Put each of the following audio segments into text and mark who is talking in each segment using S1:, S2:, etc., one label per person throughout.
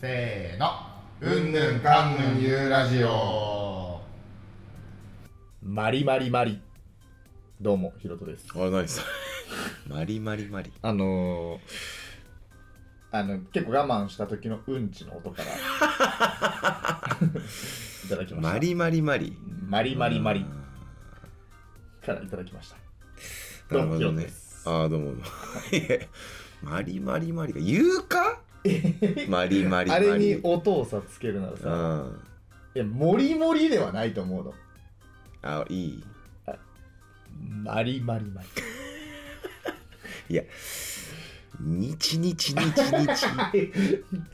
S1: せーの
S2: うんぬんかんぬんゆうラジオ
S1: マリマリマリどうもひろとです
S3: あれ何それ マリマリマリ
S1: あのー、あの結構我慢した時のうんちの音 からいただきました
S3: マリマリマリ
S1: マリマリマリ
S3: あ
S1: からいただきました
S3: ーなるほ
S1: ど
S3: ど
S1: うも
S3: ね
S1: です
S3: ああどうも どうもいえマリマリマリが言う かマリマリマリ
S1: あれに音をさつけるなら
S3: う
S1: さ
S3: ん
S1: いやモリモリではないと思うの
S3: あいい
S1: マリマリマリ
S3: いや日 日日日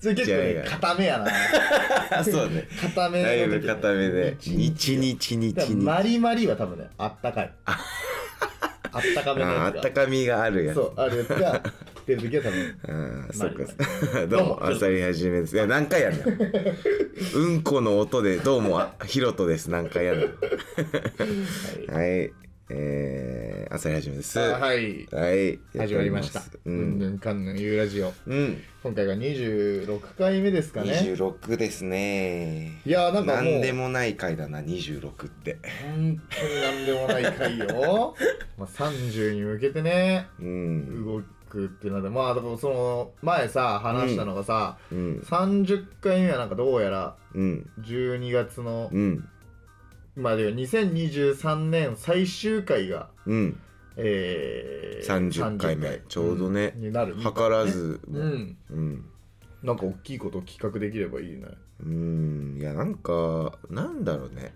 S1: それ結構
S3: いや
S1: ね
S3: いや
S1: 固めやな
S3: あそうだね
S1: 固め
S3: だい
S1: の
S3: ぶ
S1: 時
S3: 固めで日日日
S1: だから
S3: 日
S1: マリマリは多分ねあったかいあったかめの
S3: ああ
S1: や
S3: っ
S1: つ
S3: たかみがある
S1: が
S3: やつ
S1: そうあるやつが出る時は多分
S3: ああそっか
S1: マリ
S3: どう
S1: どうも
S3: もあさりはじめですいや何回やん のうんこの音でどうもあひろとです何回やんの
S1: は
S3: はい。えー、朝日はじめです。
S1: いあ
S3: は
S1: はい
S3: い。
S1: 始まりました「
S3: う
S1: うんぬ
S3: ん。
S1: んかんぬんゆうラジオ
S3: うん。」
S1: 今回が26回目ですかね
S3: 26ですね。
S1: いやーなんかもう
S3: なんでもない回だな、26って。
S1: 本当になんでもない回 よまあ30に向けてね
S3: うん。
S1: 動くっていうのでまあだからその前さ話したのがさ、
S3: うん。
S1: 30回目はなんかどうやら
S3: うん。
S1: 12月の、
S3: うん。
S1: まあでは2023年最終回が
S3: うん。
S1: えー、
S3: 30回目ちょうどね
S1: んになるみたい
S3: 計らずも。
S1: うん
S3: うん。
S1: なんか大きいことを企画できればいいね
S3: うん。いや、なんか、なんだろうね。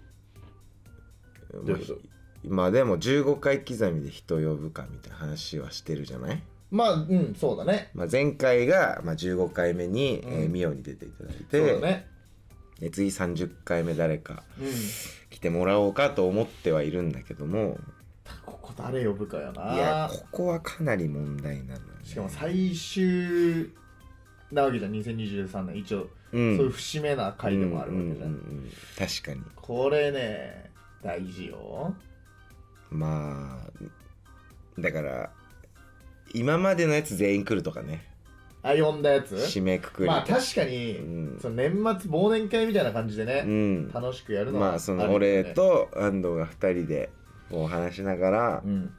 S1: どういうこと
S3: まあでも15回刻みで人呼ぶかみたいな話はしてるじゃない
S1: まあうんそうだね
S3: まあ、前回が、まあ、15回目に、え
S1: う
S3: ー
S1: ん
S3: ミオに出ていただい
S1: そう
S3: て、
S1: だね
S3: で次30回目誰か
S1: うん
S3: 来てもらおうかと思ってはいるんだけども
S1: ここ誰呼ぶかや
S3: いや
S1: な
S3: ここはかなり問題なのよ、ね、
S1: しかも最終なわけじゃん2023年一応、
S3: う
S1: そういうん節目な回でもあるわけじゃん、
S3: うんうんうんうん確かに
S1: これね大事よ
S3: まあだから今までのやつ全員来るとかね
S1: あ呼んだやつ
S3: 締めくくり
S1: まあ
S3: とか
S1: 確かに、
S3: うん
S1: その年末忘年会みたいな感じでね、
S3: うん
S1: 楽しくやるのは
S3: まあその
S1: るよね
S3: 俺と安藤が2人でこう話しながら、
S1: うん、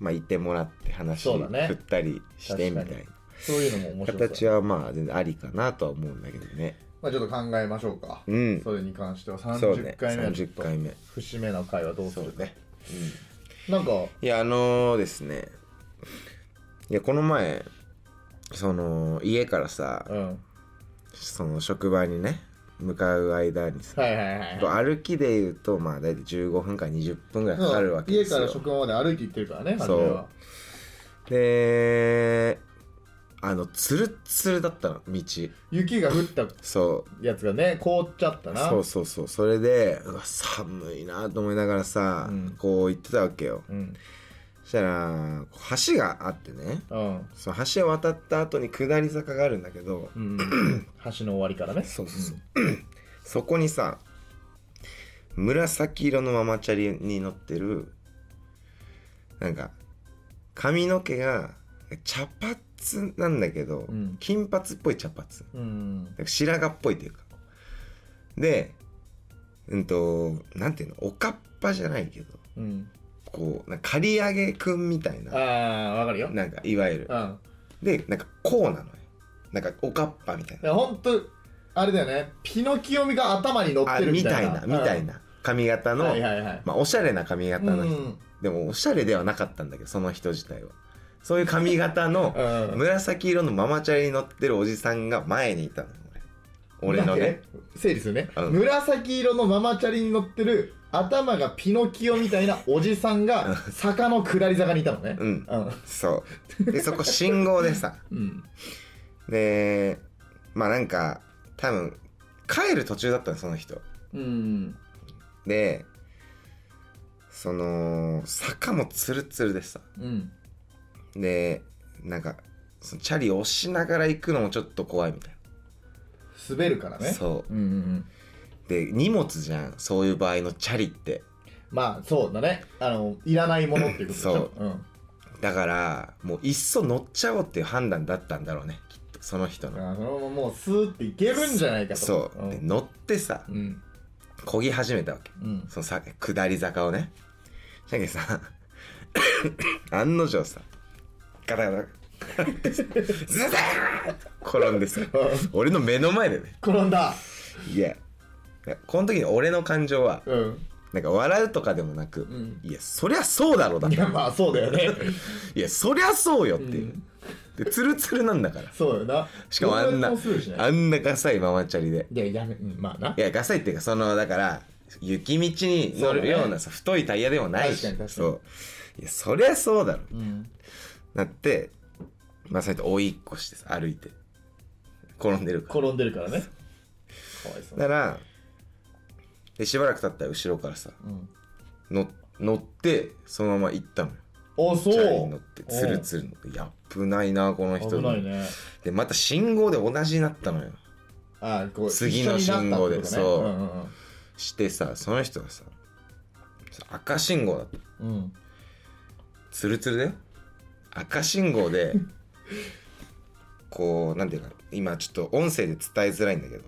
S3: まあ、いてもらって話
S1: そうだね
S3: 振ったりしてみたい
S1: 確か
S3: な
S1: にそういうのも面白
S3: 形
S1: そう
S3: はまあ全然ありかなとは思うんだけどね
S1: まあちょっと考えましょうか、
S3: うん
S1: それに関しては
S3: そう
S1: 30
S3: ね
S1: 回目はちょっ
S3: 30
S1: と
S3: 回目、うん、
S1: 節目の回はどうするねなんか
S3: いやあのー、ですねいやこの前その家からさ
S1: うん
S3: その職場にね向かう間にさ
S1: はいはいはいはい
S3: 歩きで言うとまあ大体15分から20分ぐらいかかるわけ
S1: 家
S3: です
S1: か
S3: よ
S1: ら職場まで歩いて行ってるからね
S3: そう
S1: 初めは
S3: であのツルッツルだったの道
S1: 雪が降った
S3: そう
S1: やつがね凍っちゃったな
S3: そうそうそうそれでうわ寒いなと思いながらさ、
S1: うん
S3: こう行ってたわけよ
S1: うん
S3: そしたらこう橋があってね
S1: うん
S3: その橋を渡った後に下り坂があるんだけど
S1: うん、 橋の終わりからね
S3: そうそうそう、そこにさ紫色のママチャリに乗ってるなんか髪の毛が茶髪なんだけど、
S1: ん
S3: 金髪っぽい茶髪
S1: うん
S3: なんか白髪っぽいというか。で、うんと、なんていうの、おかっぱじゃないけど、
S1: うん
S3: こう、なんか刈り上げくんみたい
S1: あ
S3: な、
S1: あわかるよ
S3: なんかいわゆる
S1: う。ん
S3: で、なんかこうなのよ。なんかおかっぱみたい
S1: い
S3: な。
S1: やほんとあれだよねピノキオミが頭に乗っ
S3: あ
S1: てるみ
S3: み
S1: た
S3: た
S1: い
S3: い
S1: な
S3: な、みたいな髪型
S1: うん
S3: の、
S1: はいはいはい
S3: まあおしゃれな髪型の人、
S1: うん
S3: でもおしゃれではなかったんだけど、その人自体は。そういう髪 型の、
S1: うん
S3: 紫色のママチャリに乗ってるおじさんが前にいたの、俺。俺のね。
S1: 整理するね、
S3: うん
S1: 紫色のママチャリに乗ってる頭がピノキオみたいなおじさんが坂の下り坂にいたのね
S3: うん。
S1: うん
S3: そう。で、そこ信号でさ、
S1: うん
S3: でまあなんか多分帰る途中だったのその人
S1: うん
S3: でその坂もツルツルでさ
S1: うん
S3: でなんかそのチャリ押しながら行くのもちょっと怖いみたい
S1: 滑るから
S3: な、
S1: ね
S3: そ
S1: うんうんうん
S3: うで荷物じゃんそういう場合のチャリって
S1: まあそうだねあのいらないものっていうことでしょ
S3: そうだからもういっそ乗っちゃおうっていう判断だったんだろうねきっその人の
S1: あそのままもうスーっていけるんじゃないかと
S3: そう、
S1: ん
S3: で乗ってさ
S1: うん
S3: 漕ぎ始めたわけ
S1: うん
S3: そのさ下り坂をねじゃけどさ 案の定さガタガタズザーッと転んで さ俺の目の前でね
S1: 転んだ
S3: いやこの時に俺の感情は
S1: うん
S3: なんか笑うとかでもなく、
S1: ん
S3: いやそりゃそうだろうだっ
S1: い
S3: て
S1: やまあそうだよね
S3: いやそりゃそうよっていうう、でツルツルなんだから
S1: そうよな
S3: しかもあんな
S1: どうやってもするしね
S3: あんなガサいママチャリで
S1: いややめうんまあない
S3: やガサいっていうかそのだから雪道に乗るようなさ、太いタイヤでもないし
S1: 確かに確かに
S3: そういやそりゃそうだろ
S1: うん
S3: なってまあそうやって追いっこしてさ歩いて転んでるから
S1: 転んでるからねかわいそう
S3: だからでしばらく経ったら後ろからさ
S1: うん
S3: の乗ってそのまま行ったのよ
S1: あそ
S3: チャリに乗って
S1: う
S3: ツルツル乗ってやっぶないなこの
S1: うん
S3: 人
S1: 危ないね
S3: でまた信号で同じになったのよ
S1: あこう
S3: 次の
S1: 一緒になったってことね
S3: 信号でそうん
S1: うんうん
S3: してさその人がさ赤信号だった
S1: うん
S3: ツルツルだよ赤信 号でこうなんていうか今ちょっと音声で伝えづらいんだけど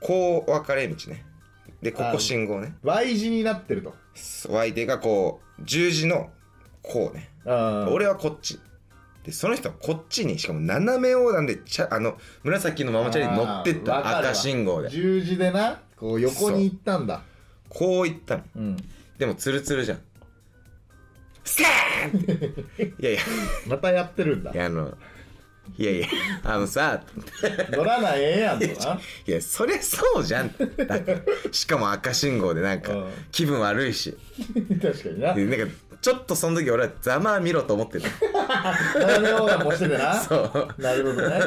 S3: こう分かれ道ねでこ
S1: あ
S3: こ信号ね
S1: Y 字になってると
S3: 相手がこう十字のこうね
S1: あー
S3: 俺はこっちでその人はこっちにしかも斜め横断でちゃあの紫のママチャリに乗ってっ
S1: あーわかる
S3: た
S1: わ
S3: 赤信号で
S1: 十字でなこう横に行ったんだ
S3: こう行ったの
S1: うん
S3: でもツルツルじゃんスカ ーンっていやいや
S1: またやってるんだ
S3: いやあのいやいやあのさ
S1: 乗らないええやんとない
S3: やそりゃそうじゃんだからしかも赤信号でなんか
S1: うん
S3: 気分悪いし
S1: 確かにな
S3: でなんかちょっとその時俺はざまあ見ろと思ってた
S1: 斜め横断もしててな
S3: そう
S1: なるほどね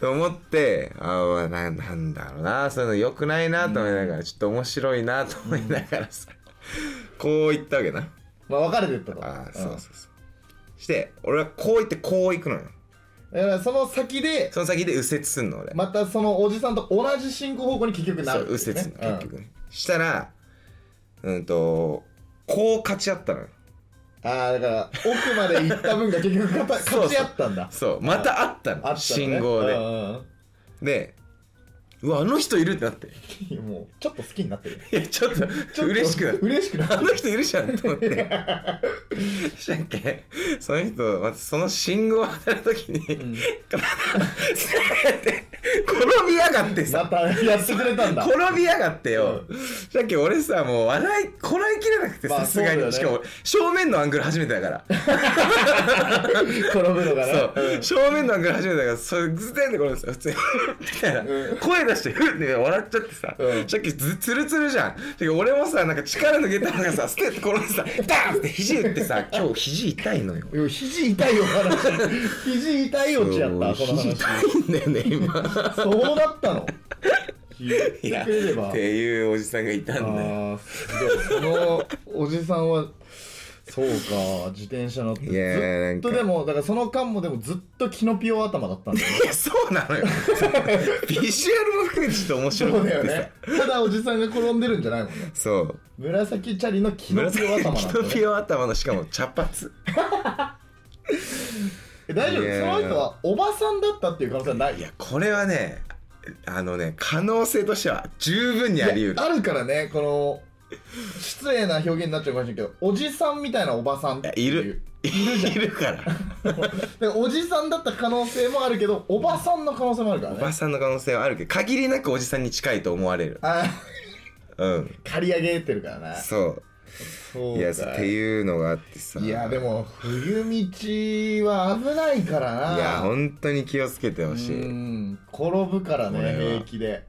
S3: と思ってああななんだろうなそういうの良くないなと思いながら、ちょっと面白いなと思いながらさ、こう言ったわけな
S1: まあ別れてったと
S3: ああそうそうそうして俺はこう言ってこう行くのよ
S1: うんだからその先で
S3: その先で右折すんの俺、
S1: またそのおじさんと同じ進行方向に結局な
S3: そ
S1: る
S3: う
S1: って
S3: 右折す
S1: い
S3: ん
S1: うね
S3: の結局ね、したらうんとこう勝ち合ったのよ
S1: うんああだから奥まで行った分が結局勝た
S3: そうそう
S1: 勝ち合ったんだ
S3: そうまた会ったの
S1: あったのね
S3: 信号
S1: う
S3: で
S1: ん
S3: でうわあの人いるってなってい
S1: うんうんもうちょっと好きになってる
S3: やちょっ
S1: ちょ
S3: と
S1: っと
S3: 嬉しくなって
S1: 嬉しくなって
S3: あの人いるじゃんと 思ってしたっけその人またその信号を渡る時に、
S1: うん
S3: 転びやがって
S1: ま
S3: さ
S1: たやってくれたんだ
S3: 転びやがってよ、したっけ俺さもう笑いこらえきれなくて
S1: まあ
S3: さすがに、
S1: そうだよね
S3: しかも正面のアングル初めてだから
S1: 転ぶのがね
S3: そう、正面のアングル初めてだから、それ、ずてんってこれですよ、普通に。みたいな、
S1: うん
S3: 声出して、ふって笑っちゃってさ、
S1: うん
S3: さっきずつるつるじゃん。てか俺もさ、なんか力抜けたのがさ、ステって転んでさ、ダンって肘打ってさ、今日肘痛いのよ。
S1: うんいや肘痛いよ 話肘痛いオチやったこ
S3: そう
S1: の
S3: 肘
S1: 話
S3: 痛いんだよね、今。
S1: そうだったの聞い
S3: い
S1: て
S3: や、っ
S1: く
S3: て
S1: れれば
S3: いうおじさんがいたんだよ。
S1: ああそのおじさんはそうか自転車乗って
S3: いやー
S1: ずっと
S3: なんか
S1: でもだからその間もでもずっとキノピオ頭だったんだよね
S3: いや、そうなのよ。ビジュアルも含めてちょっと面白
S1: そう
S3: くて
S1: だ
S3: さ。
S1: よね ただおじさんが転んでるんじゃないもんね
S3: そう。
S1: 紫チャリのキノピオ
S3: 紫
S1: 頭な んだ、
S3: の
S1: ね、
S3: ピオ頭の、しかも茶髪。
S1: え大丈夫
S3: いや
S1: そ
S3: ー
S1: の人はおばさんだったっていう可能性はない
S3: いやこれはねあのね可能性としては十分にあり
S1: いや
S3: 得
S1: あるからねこの失礼な表現になっちゃうかもしれないけどおじさんみたいなおばさんって
S3: いやいる
S1: う
S3: るいる から
S1: でおじさんだった可能性もあるけどおばさんの可能性もあるから
S3: お
S1: ね
S3: ばさんの可能性はあるけど限りなくおじさんに近いと思われる
S1: あ
S3: うん
S1: ー刈り上げてるからな
S3: そ
S1: そうう
S3: い
S1: い
S3: やっていうのがあってさ
S1: いやでも冬道は危ないからない
S3: いや本当に気をつけてほしい
S1: 転ぶから
S3: これ
S1: ね
S3: は
S1: 平気で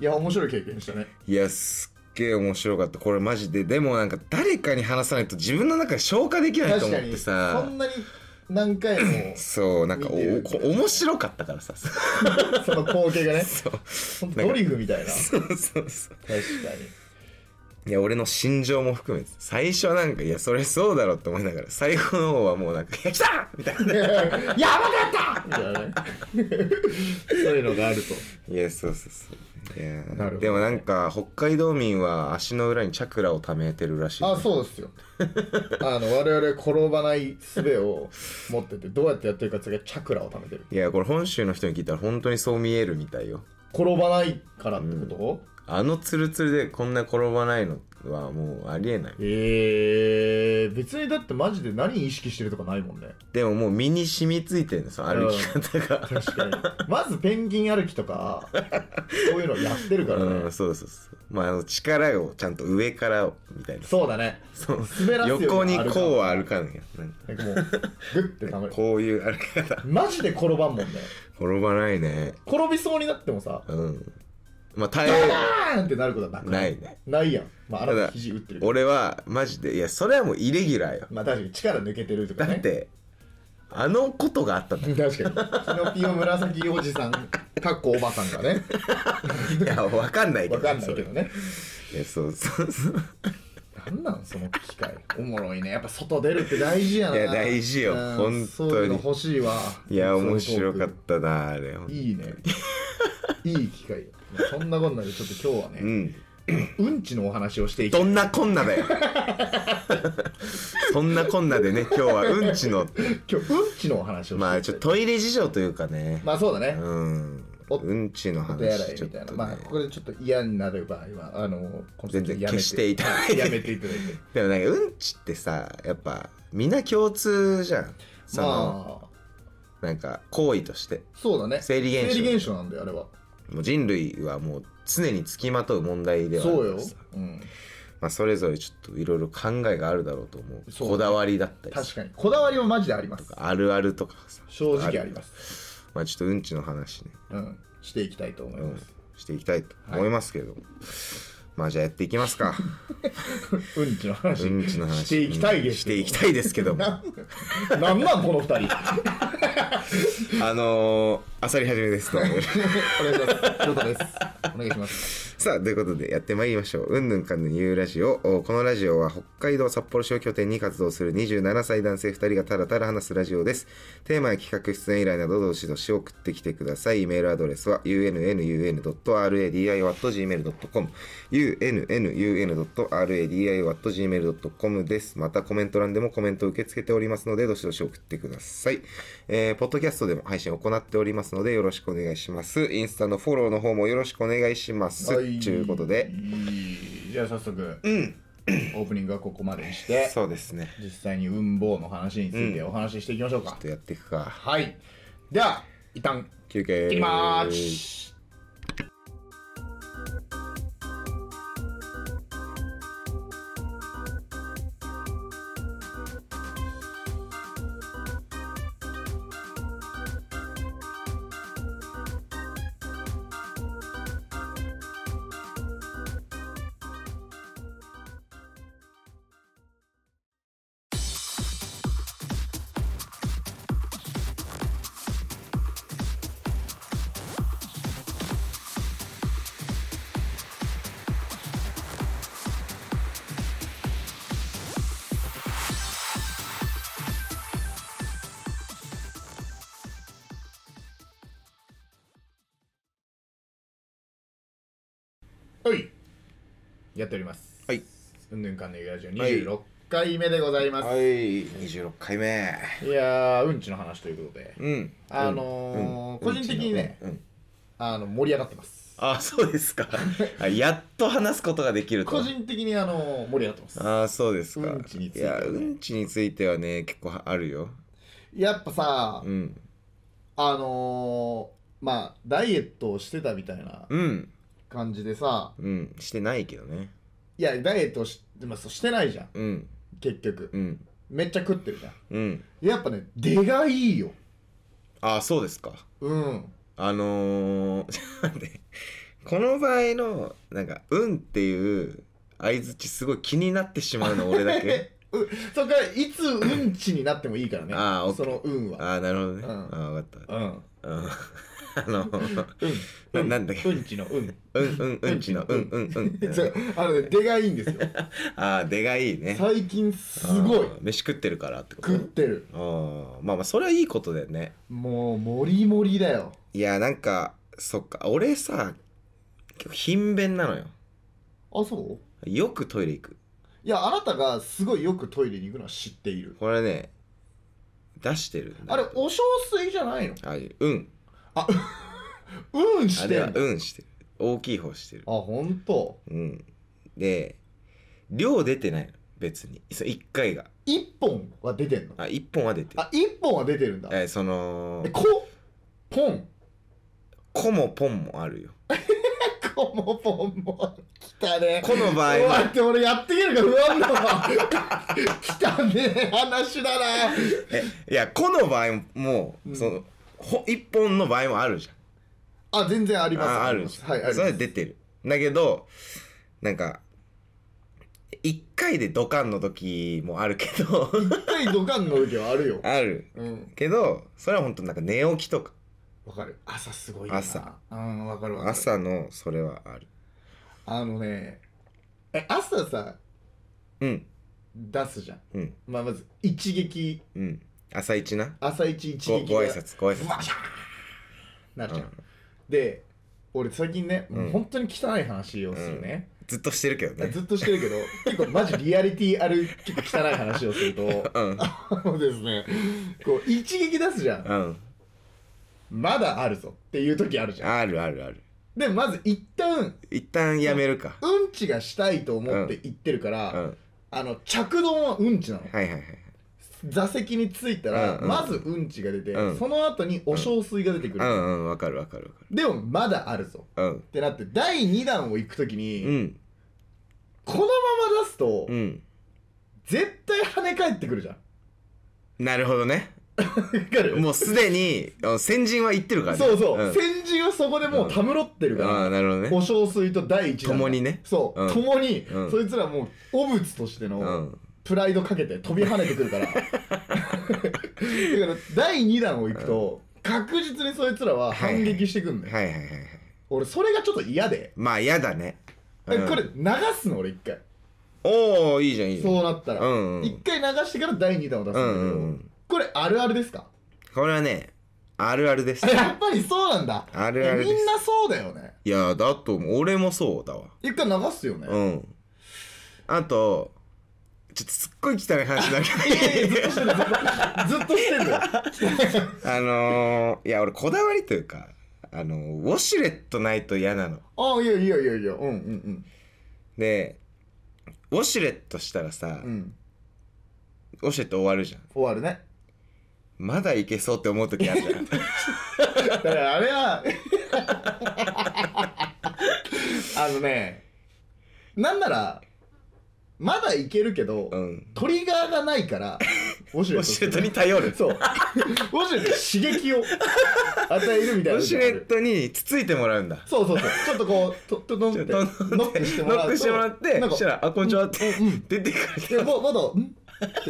S1: いや面白い経験でしたね
S3: いやすっげえ面白かったこれマジででもなんか誰かに話さないと自分の中で消化できない
S1: 確
S3: と思っ
S1: かに
S3: て
S1: そ
S3: さ
S1: んなに何回 も
S3: そうなんかお
S1: 見てる
S3: こ面白かったからさ
S1: その光景がね
S3: そう
S1: ほんとドリフみたいな確
S3: そうそうそう
S1: かに
S3: いや俺の心情も含めて最初はなんかいやそれそうだろって思いながら最後の方はもうなんか 「いや来た!」みたいな
S1: やばかったみたいなねそういうのがあると
S3: いやそうそうそういやー
S1: なるほど
S3: でもなんか北海道民は足の裏にチャクラを溜めてるらしいね、
S1: あそうですよあの我々転ばない術を持っててどうやってやってるかっていうとチャクラを貯めてる
S3: いやこれ本州の人に聞いたら本当にそう見えるみたいよ
S1: 転ばないからってこと、
S3: あのツルツルでこんな転ばないのはもうありえない
S1: えー、別にだってマジで何意識してるとかないもんね
S3: でももう身に染みついてるんですよ歩き方が、
S1: 確かにまずペンギン歩きとかそういうのやってるからね、
S3: うん、そうそうそうまああの力をちゃんと上からみたいな
S1: そうだね
S3: そう
S1: 滑らすよう
S3: 横に
S1: 歩か
S3: こうは歩かないよなんか
S1: なんかもうグッて溜める
S3: こういう歩き方
S1: マジで転ばんもんね
S3: 転ばないね
S1: 転びそうになってもさ
S3: うんまあ耐え
S1: バーンってなることはなく
S3: ないね
S1: ないやんまああな
S3: た
S1: た
S3: だ
S1: 肘打ってるけど
S3: 俺はマジでいやそれはもうイレギュラーよ
S1: まあ確かに力抜けてるとか
S3: だ
S1: ね
S3: ってあのことがあったんだ
S1: 確かにキノピオ紫おじさんかっこおばさんがね
S3: いやわかんないけ
S1: わ
S3: ど
S1: かんないけどね
S3: それいやそうそうそう
S1: なんなんその機会おもろいねやっぱ外出るって大事やない
S3: いや大事よ本当に
S1: そういうの欲しいわ
S3: いや面白かったなあれ
S1: いい ねいい機会よまあそんなこんなでちょっと今日は
S3: う
S1: ね、
S3: ん
S1: うん、ちのお話をしていき
S3: どんなこんな だよそんなこんなでね今日はうんちの
S1: 今日うんちのお話をしていきたい
S3: まあちょっとトイレ事情というかね、
S1: まあそうだね、
S3: うん
S1: お
S3: うんちの
S1: お手洗
S3: 話
S1: い
S3: ちょっ
S1: みたいな、
S3: と、ね
S1: まあここでちょっと嫌になる場合はあのこの
S3: 全然消していただいて
S1: やめていただいて
S3: でもなんかうんちってさやっぱみんな共通じゃん その、
S1: まあ
S3: なんか行為として
S1: そうだね
S3: 生理現象
S1: 生理現象なんだよあれは
S3: もう人類はもう常につきまとう問題ではある
S1: そう
S3: から
S1: よ
S3: さ、
S1: うん、
S3: まあ、それぞれちょっといろいろ考えがあるだろうと思う
S1: そう
S3: こだわりだったりさ
S1: 確かにこだわりはマジであります
S3: あるあるとかさ
S1: 正直あります
S3: まあちょっとうんちの話ね、
S1: うんしていきたいと思い
S3: うん
S1: ます、、
S3: していきたいと思いますけど、まあじゃあやっていきま すか
S1: うん、ちの話
S3: うんちの話
S1: していきたい
S3: うん
S1: です
S3: していきたいですけどもあ
S1: なんなんこの二人 お願いし
S3: のー、あさりはじめですと
S1: ますロトですお願いします
S3: さあということでやってまいりましょう「うんぬんかんぬんゆうラジオ」おこのラジオは北海道札幌市を拠点に活動する27歳男性2人がたらたら話すラジオですテーマや企画出演依頼などどしどし送ってきてくださいメールアドレスは unnun.radio.gmail.com unnun.radio.gmail.com ですまたコメント欄でもコメントを受け付けておりますのでどしどし送ってください、えーポッドキャストでも配信を行っておりますのでよろしくお願いしますインスタのフォローの方もよろしくお願いしますと、
S1: はい
S3: いうことで
S1: じゃあ早速、オープニングはここまでにして
S3: そうですね
S1: 実際に運棒の話についてお話ししていきましょうか
S3: ちょっ、とやっていくか
S1: はいでは一旦
S3: 休憩
S1: 切りまーす、おいやっております
S3: はい
S1: うんぬんかんぬんラジオ
S3: はい
S1: 26回目でございます、
S3: はい26回目
S1: い、やーうんちの話ということで
S3: うん
S1: あのー
S3: うん
S1: 個人的にね
S3: うんうん
S1: あの盛り上がってます
S3: あそうです かあやっと話すことができると
S1: 個人的にあの盛り上がってます
S3: ああそうですか
S1: うんちについ
S3: い
S1: ては
S3: や
S1: ね
S3: うんちについてはね結構あるよ
S1: やっぱさ、
S3: うん
S1: あのー、まあダイエットをしてたみたいな
S3: うん
S1: 感じでさ
S3: うんしてないけどね
S1: いやダイエットをし,、まあ、そうしてないじゃん
S3: うん
S1: 結局
S3: うん
S1: めっちゃ食ってるじゃん
S3: うん
S1: やっぱね出がいいよ
S3: ああそうですか
S1: うん
S3: あのー、ちょ っと待ってこの場合のなんか「うん」っていう相づちすごい気になってしまうの俺 だけ
S1: えうそっからいつうんちになってもいいからね
S3: あーオッケ
S1: そ
S3: ー
S1: の運は
S3: ああなるほどね、
S1: うん
S3: ああ分かっ
S1: うん
S3: た、うん、あの
S1: うん
S3: ななんだっけ
S1: うんちのうん
S3: うんうんうんちのうんうんう ん
S1: そうあのね出がいいんですよ
S3: ああでがいいね
S1: 最近すごい
S3: あー飯食ってるからってこと
S1: 食ってる
S3: ああまあまあそれはいいことだよね
S1: もうモリモリだよ
S3: いやなんかそっか俺さ結構勤勉なのよ
S1: あそう
S3: よくトイレ行く
S1: いやあなたがすごいよくトイレに行くのは知っている
S3: これね出してるんだ
S1: あれお小水じゃないの
S3: あうん
S1: うん
S3: あ
S1: して
S3: れ
S1: ん
S3: は
S1: の
S3: うんしてる大きい方してる
S1: あ本当。
S3: うんで量出てないの別にそ1回が
S1: 一本は出てんの
S3: あ一1本は出てる
S1: あ一本は出てるんだ
S3: えーその
S1: でこポン
S3: 「こ」も「ポン」もあるよ
S1: こもポンも来たね
S3: 「こ」の場合
S1: うわ
S3: は
S1: って俺やっていけるか不安だわ来たね話だな
S3: えいや「こ」の場合も
S1: うん
S3: もうそのほ一本の場合もあるじゃん
S1: あ全然あります
S3: あある
S1: ま
S3: じ
S1: す
S3: ゃん、
S1: はいあり
S3: そ
S1: ま
S3: れは
S1: す
S3: 出てるだけどなんか1回でドカンの時もあるけ ど
S1: 一回ドカンの時はあるよ
S3: ある
S1: うん
S3: けどそれは本当なんか寝起きとか
S1: わかる朝すごいよな
S3: 朝
S1: うんわかるわかる
S3: 朝のそれはある
S1: あのねえ朝さ
S3: うん
S1: 出すじゃん、
S3: うん
S1: まあ、まず一撃
S3: うん朝一な
S1: 朝一一
S3: ご
S1: 撃
S3: ご挨拶ご挨
S1: うわ
S3: 拶
S1: しゃーなるじゃん、
S3: うん
S1: で俺最近ね、もううん本当に汚い話をするね、
S3: ずっとしてるけどね
S1: ずっとしてるけど結構マジリアリティある結構汚い話をすると
S3: うん
S1: そうですねこう一撃出すじゃん
S3: うん
S1: まだあるぞっていう時あるじゃん
S3: あるあるある
S1: でまず一旦
S3: 一旦やめるか
S1: うんちがしたいと思って行ってるか
S3: う
S1: ら、
S3: んはい
S1: あの着丼はうんちなの
S3: はいはい
S1: 座席に着いたら、
S3: うんうん
S1: まずうんちが出て、
S3: うん
S1: その後にお小水が出てく
S3: う
S1: る、
S3: んうんわかるわかるわか
S1: でもまだあるぞ
S3: るうん
S1: ってなって第2弾を行く時に、
S3: うん
S1: このまま出すと、
S3: うん
S1: 絶対跳ね返ってくるじゃん
S3: なるほどね
S1: わかる
S3: もうすでにあの先人は言ってるからね
S1: そうそう、
S3: ん
S1: 先人はそこでもうたむろってるか
S3: あ
S1: ら、
S3: あなるほど
S1: お
S3: ね
S1: 小水と第一弾
S3: 共にね
S1: そう、
S3: うん
S1: 共に、
S3: うん
S1: そいつらもう汚物として
S3: う
S1: の
S3: ん
S1: プライドかけて飛び跳ねてくるから だから第2弾を行くと、確実にそいつらは反撃してくんだよ、
S3: はいはいはいはい
S1: 俺それがちょっと嫌で、
S3: まあ嫌だね
S1: え
S3: うん
S1: これ流すの俺一回
S3: おおいいじゃんいいじゃん
S1: そうなったら、
S3: うんうん
S1: 一回流してから第2弾を出すんだけど、
S3: うんうんうん
S1: これあるあるですか
S3: これはねあ るあるです
S1: やっぱりそうなんだ
S3: あるあるです
S1: いやみんなそうだよね
S3: いやだと思う俺もそうだわ
S1: 一回流すよね、
S3: うんあとちょっとすっごい汚い話だけ
S1: いやいやずっとしてるずっとしてるよ
S3: どあのー、いや俺こだわりというかあのー、ウォシュレットないと嫌なの
S1: ああいやいやいやいやうんうん
S3: でウォシュレットしたらさ、
S1: うんうん
S3: ウォシュレット終わるじゃん
S1: 終わるね
S3: まだいけそうって思う時あるじ ゃん
S1: だからあれ はあのねなんならまだいけるけど、
S3: うん
S1: トリガーがないからウォシュ
S3: ウ
S1: レ
S3: ォ
S1: ットし
S3: シュ
S1: て
S3: レット
S1: る
S3: に頼る
S1: そうウォシュレットに刺激を与えるみたい
S3: ウ
S1: な
S3: ォシュレットにつついてもらうんだ
S1: そうそうそうちょっとこうとととんっ
S3: ちょ
S1: て
S3: っと
S1: ノックしてもらう
S3: ノッ
S1: と
S3: クしてもらって
S1: なん
S3: そ
S1: か
S3: したら「あこんにちは」って
S1: うんうん
S3: 出てく
S1: いやままだん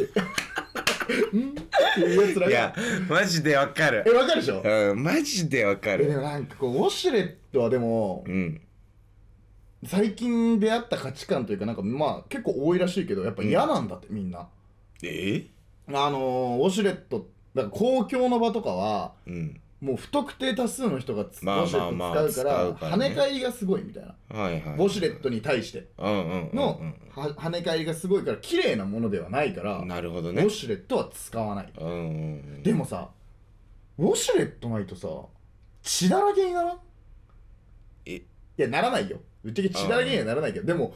S1: ってんっていうやつら
S3: るい
S1: が
S3: やマジでわか
S1: え
S3: る
S1: わかるでしょ
S3: うんマジでわか
S1: えで
S3: る
S1: もなんかこうウォシュレットはでも
S3: うん
S1: 最近出会った価値観というかなんかまあ結構多いらしいけどやっぱ嫌なんだってみんな
S3: え
S1: あのーウォシュレットだから公共の場とかは
S3: うん
S1: もう不特定多数の人がつウ
S3: まあま
S1: ォ
S3: あ
S1: シュレット使うか
S3: まあ使
S1: ら
S3: うから
S1: 跳
S3: ね
S1: ね返りがすごいみたいな
S3: はいはい
S1: ウォシュレットに対して
S3: うんうんうん
S1: の
S3: うん
S1: は跳ね返りがすごいから綺麗なものではないから
S3: なるほど
S1: ウ
S3: ね
S1: ォシュレットは使わない
S3: うんうんうん
S1: でもさウォシュレットないとさ血だらけにならん
S3: え
S1: いやならないよぶっちゃけ血だらけにはならないけどでも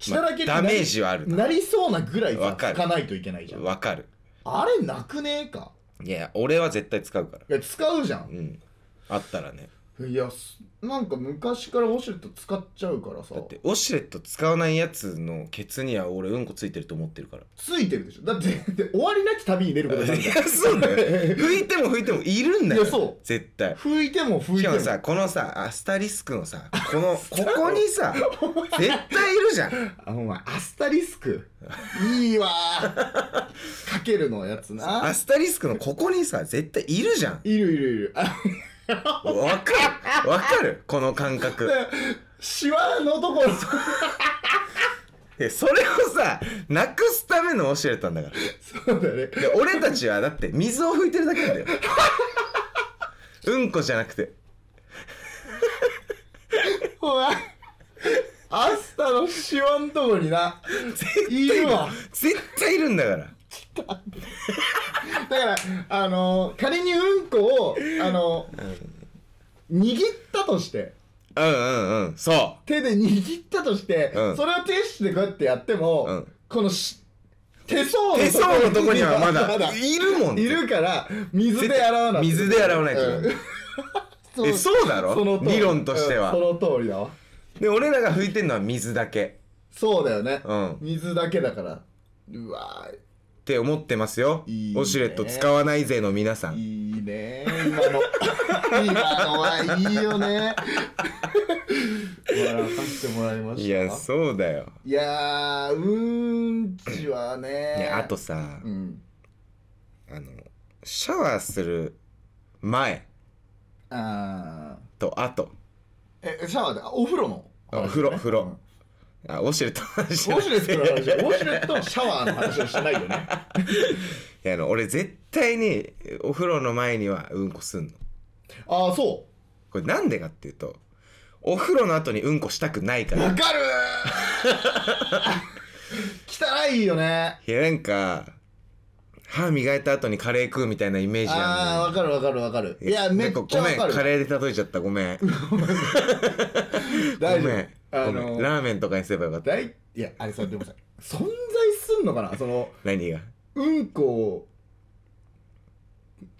S1: 血だ
S3: ま
S1: ら
S3: あ
S1: けにな
S3: ダ
S1: り,、
S3: メージはあるな
S1: なりそうなぐらいさ
S3: わか
S1: つ
S3: る
S1: かないといけないじゃん
S3: わかる
S1: あれなくねえか
S3: いや俺は絶対使うから
S1: いや使うじゃん
S3: うんあったらね
S1: いやすなんか昔からウォシュレット使っちゃうからさ
S3: だってウォシュレット使わないやつのケツには俺うんこついてると思ってるから
S1: ついてるでしょだってで終わりなき旅に出ることにな る
S3: い
S1: じゃん
S3: やそうだよ拭いても拭いてもいるんだよ
S1: いやそう
S3: 絶対
S1: 拭いても拭い
S3: してか
S1: も
S3: もさこのさアスタリスクのさ このここにさ絶対いるじゃん
S1: あお前アスタリス クいいわーかけるのやつな
S3: アスタリスクのここにさ絶対いるじゃん
S1: いるいるいる。あ
S3: わかるわかるこの感 覚
S1: シワのところ、そ
S3: でそれをさなくすための教えたんだから
S1: うだね。
S3: で俺たちはだって水を拭いてるだけなんだようんこじゃなくて
S1: ほら、アスタのシワんとこにな、いるわ。
S3: 絶対いるんだから
S1: だから、あのー、仮にうんこを、あのー、握ったとして、
S3: うんうんうんそ
S1: 手で握ったとして、
S3: うん
S1: それをティッシュでこうやってやっても、
S3: うん
S1: このし手相
S3: う手相のとこにはまだ
S1: まだ
S3: いるもん
S1: いるから、水で洗わない。
S3: 水で洗わないと
S1: うん
S3: えそうだろ
S1: その通り
S3: 理論としては
S1: うんその通りだわ。
S3: で俺らが拭いてんのは水だけ
S1: そうだよね。
S3: うんっ
S1: 水だけだから。うわー
S3: て思ってますよ
S1: いいね
S3: ウォシュレット使わない勢の皆さん
S1: いいね今の今のはいいよね笑わさせてもらいました
S3: いやそうだよ
S1: いやーうんちはね
S3: いやあとさ
S1: うん
S3: あのシャワーする前
S1: あ
S3: と後
S1: ーえシャワーであお風呂の
S3: あお風呂風呂あウォシュレットの話
S1: ウ
S3: じゃ
S1: ォ
S3: な
S1: シュレットの話じゃ
S3: い
S1: んウォシュレットのシャワーの話はしてないよね
S3: いやあの俺絶対にお風呂の前にはうんこすんの
S1: ああそ
S3: これなんでかっていうとお風呂の後にうんこしたくないか
S1: うわ
S3: ら
S1: かるー汚いよね
S3: いやなんか歯磨いた後にカレー食うみたいなイメージ
S1: ああ
S3: あ
S1: わかるわかるわかる
S3: る
S1: いやめっちゃわ
S3: ご
S1: か
S3: めんカ
S1: る
S3: レーで例えちゃったごめん
S1: 大
S3: ご
S1: 丈
S3: めん
S1: 夫あ
S3: ご
S1: の
S3: めんラーメンとかにすればよかった
S1: 大いやあれさでもさ存在すんのかな その
S3: 何が
S1: うんこ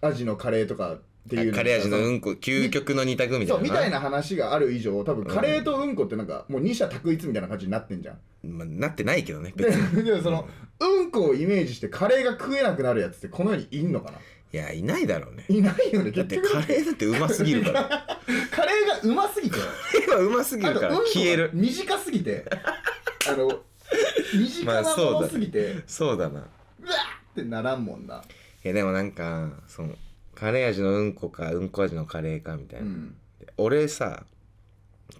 S1: 味のカレーとかっていう
S3: あカレー味の
S1: ん
S3: うんこ究極の二択みたい
S1: そう
S3: な
S1: みたいな話がある以上多分カレーとうんこってなんかもう二者択一みたいな感じになってんじゃん
S3: まあなってないけどね別に
S1: ででも そのうんこをイメージしてカレーが食えなくなるやつってこの世にいんのかない
S3: やいないだろうね
S1: いないよね
S3: だって
S1: 結
S3: カ
S1: 局
S3: レーだってうますぎるから
S1: カレーがうますぎて
S3: カレーはうますぎ
S1: あ
S3: る
S1: と
S3: から
S1: うんこ
S3: 消え
S1: が
S3: る
S1: 短すぎてあ の短なものすぎて、
S3: そうだな
S1: うわーってならんもんない
S3: やでもなんかそのカレー味のうんこかうんこ味のカレーかみたいうな、
S1: ん
S3: 俺さ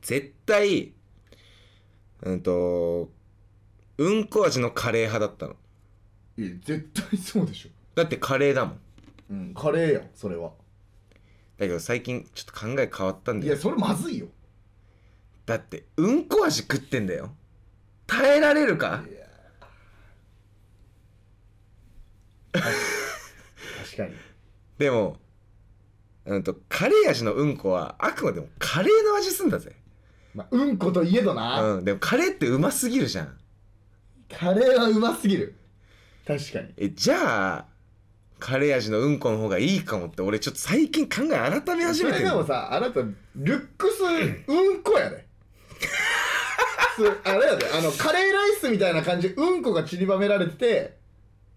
S3: 絶対うんとうんこ味のカレー派だったの
S1: いや絶対そうでしょ
S3: だってカレーだもん
S1: うん、カレーやんそれは
S3: だけど最近ちょっと考え変わったん
S1: い
S3: だ
S1: や
S3: よ
S1: それまずいよ
S3: だってうんこ味食ってんだよ耐えられるか
S1: いや確かに
S3: でもうんとカレー味のうんこはあくまでもカレーの味すんだぜ
S1: まあ、うんこといえどな、
S3: うんでもカレーってうますぎるじゃん
S1: カレーはうますぎる確かに
S3: えじゃあカレー味のうんこの方がいいかもって俺ちょっと最近考え改め始
S1: そ
S3: めて
S1: れ
S3: る
S1: でもさあなたルックスうんこやですあれやであのカレーライスみたいな感じでうんこが散りばめられてて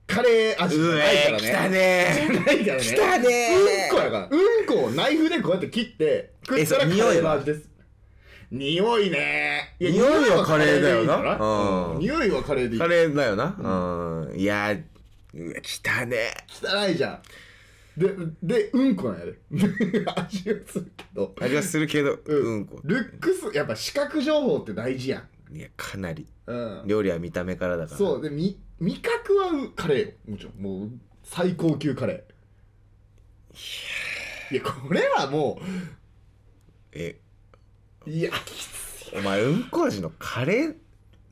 S1: カレー味じゃ
S3: う
S1: ない
S3: え
S1: からね
S3: 来たね
S1: ないからね
S3: 来たね
S1: うんこやからうんこをナイフでこうやって切って食ったらカ
S3: え
S1: レ
S3: そう匂い
S1: ー
S3: は
S1: の味です匂いねいや
S3: 匂いは
S1: でいいか
S3: カレーだよなうん
S1: うん匂いはカレーでいい
S3: カレーだよなうんいやうわ来たね
S1: 汚いじゃんででうんこなんやで 味をするけど
S3: 味はするけど
S1: うん
S3: うんこ
S1: ルックスやっぱ視覚情報って大事やん
S3: いやかなり
S1: うん
S3: 料理は見た目からだから
S1: そうでみ味覚はうカレーよもちろんもう最高級カレーいやこれはも
S3: え
S1: ういやきつい
S3: お前うんこ味のカレー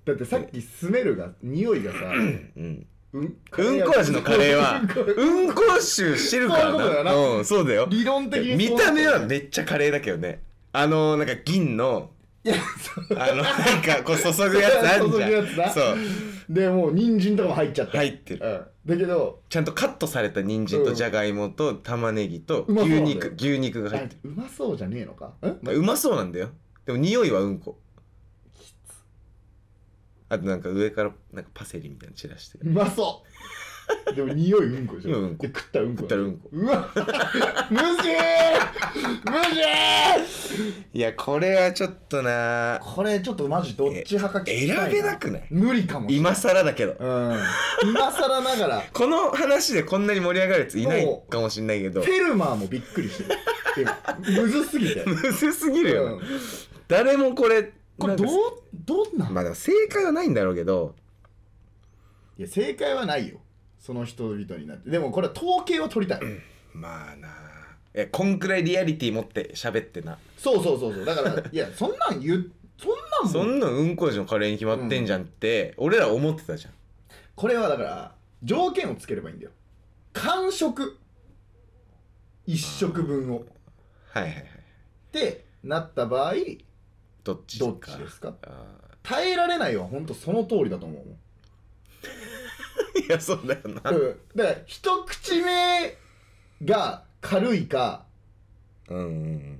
S1: だってさっきスメルが匂いがさ、
S3: うん
S1: うん、
S3: うんこ味のカレー
S1: う
S3: は
S1: んこ
S3: うんこ臭してるから
S1: そういうことだよな
S3: うんそうだ よ
S1: 理論的に
S3: 見た目は
S1: ね
S3: めっちゃカレーだけどねあのなんか銀の
S1: いやそう
S3: あのなんかこう注ぐやつ ある
S1: 注
S3: じ
S1: ぐ
S3: ゃ
S1: や
S3: ん
S1: つな
S3: そう
S1: でもう人参とかも入っちゃった、
S3: 入ってる
S1: うん、だけど
S3: ちゃんとカットされた人参とじゃがいもと玉ねぎと
S1: うまそう
S3: 牛
S1: なんだよ
S3: 肉牛肉が
S1: あ
S3: 入っ
S1: う
S3: て
S1: まそうじゃねえのかん
S3: るうまそうなんだよでも匂いはうんこあとなんか上からなんかパセリみたいなの散らして
S1: うまそうでも匂いうんこじゃん、
S3: 匂いうんこ
S1: で食ったらうんこ
S3: 食ったらうんこ
S1: うわ 無視無視
S3: いやこれはちょっとな
S1: これちょっとマジどっち派か聞きたい
S3: 選べなくない
S1: 無理かもしれない
S3: 今更だけど
S1: うん今更ながら
S3: この話でこんなに盛り上がるやついないかもしんな いけど
S1: フェルマーもびっくりしてる今むずすぎて、
S3: むずすぎるよな、
S1: うん
S3: 誰もこれ
S1: これどう
S3: なん
S1: どんな
S3: かまあでも正解はないんだろうけど
S1: いや正解はないよその人々になってでもこれは統計を取りたい、
S3: まあなえこんくらいリアリティ持って喋ってな
S1: そうそうそうそうだからいやそんなん言うそんなん
S3: そ
S1: も
S3: んなんうんこ味のカレーに決まってんじゃんって、俺ら思ってたじゃん
S1: これはだから条件をつければいいんだよ完食一食分をっ
S3: はいはいはい
S1: てなった場合
S3: どっちか
S1: どっちですか
S3: あ
S1: 耐えられないは本当その通りだと思う
S3: ーいやそうだよな
S1: うんだから一口目が軽いか
S3: うんうん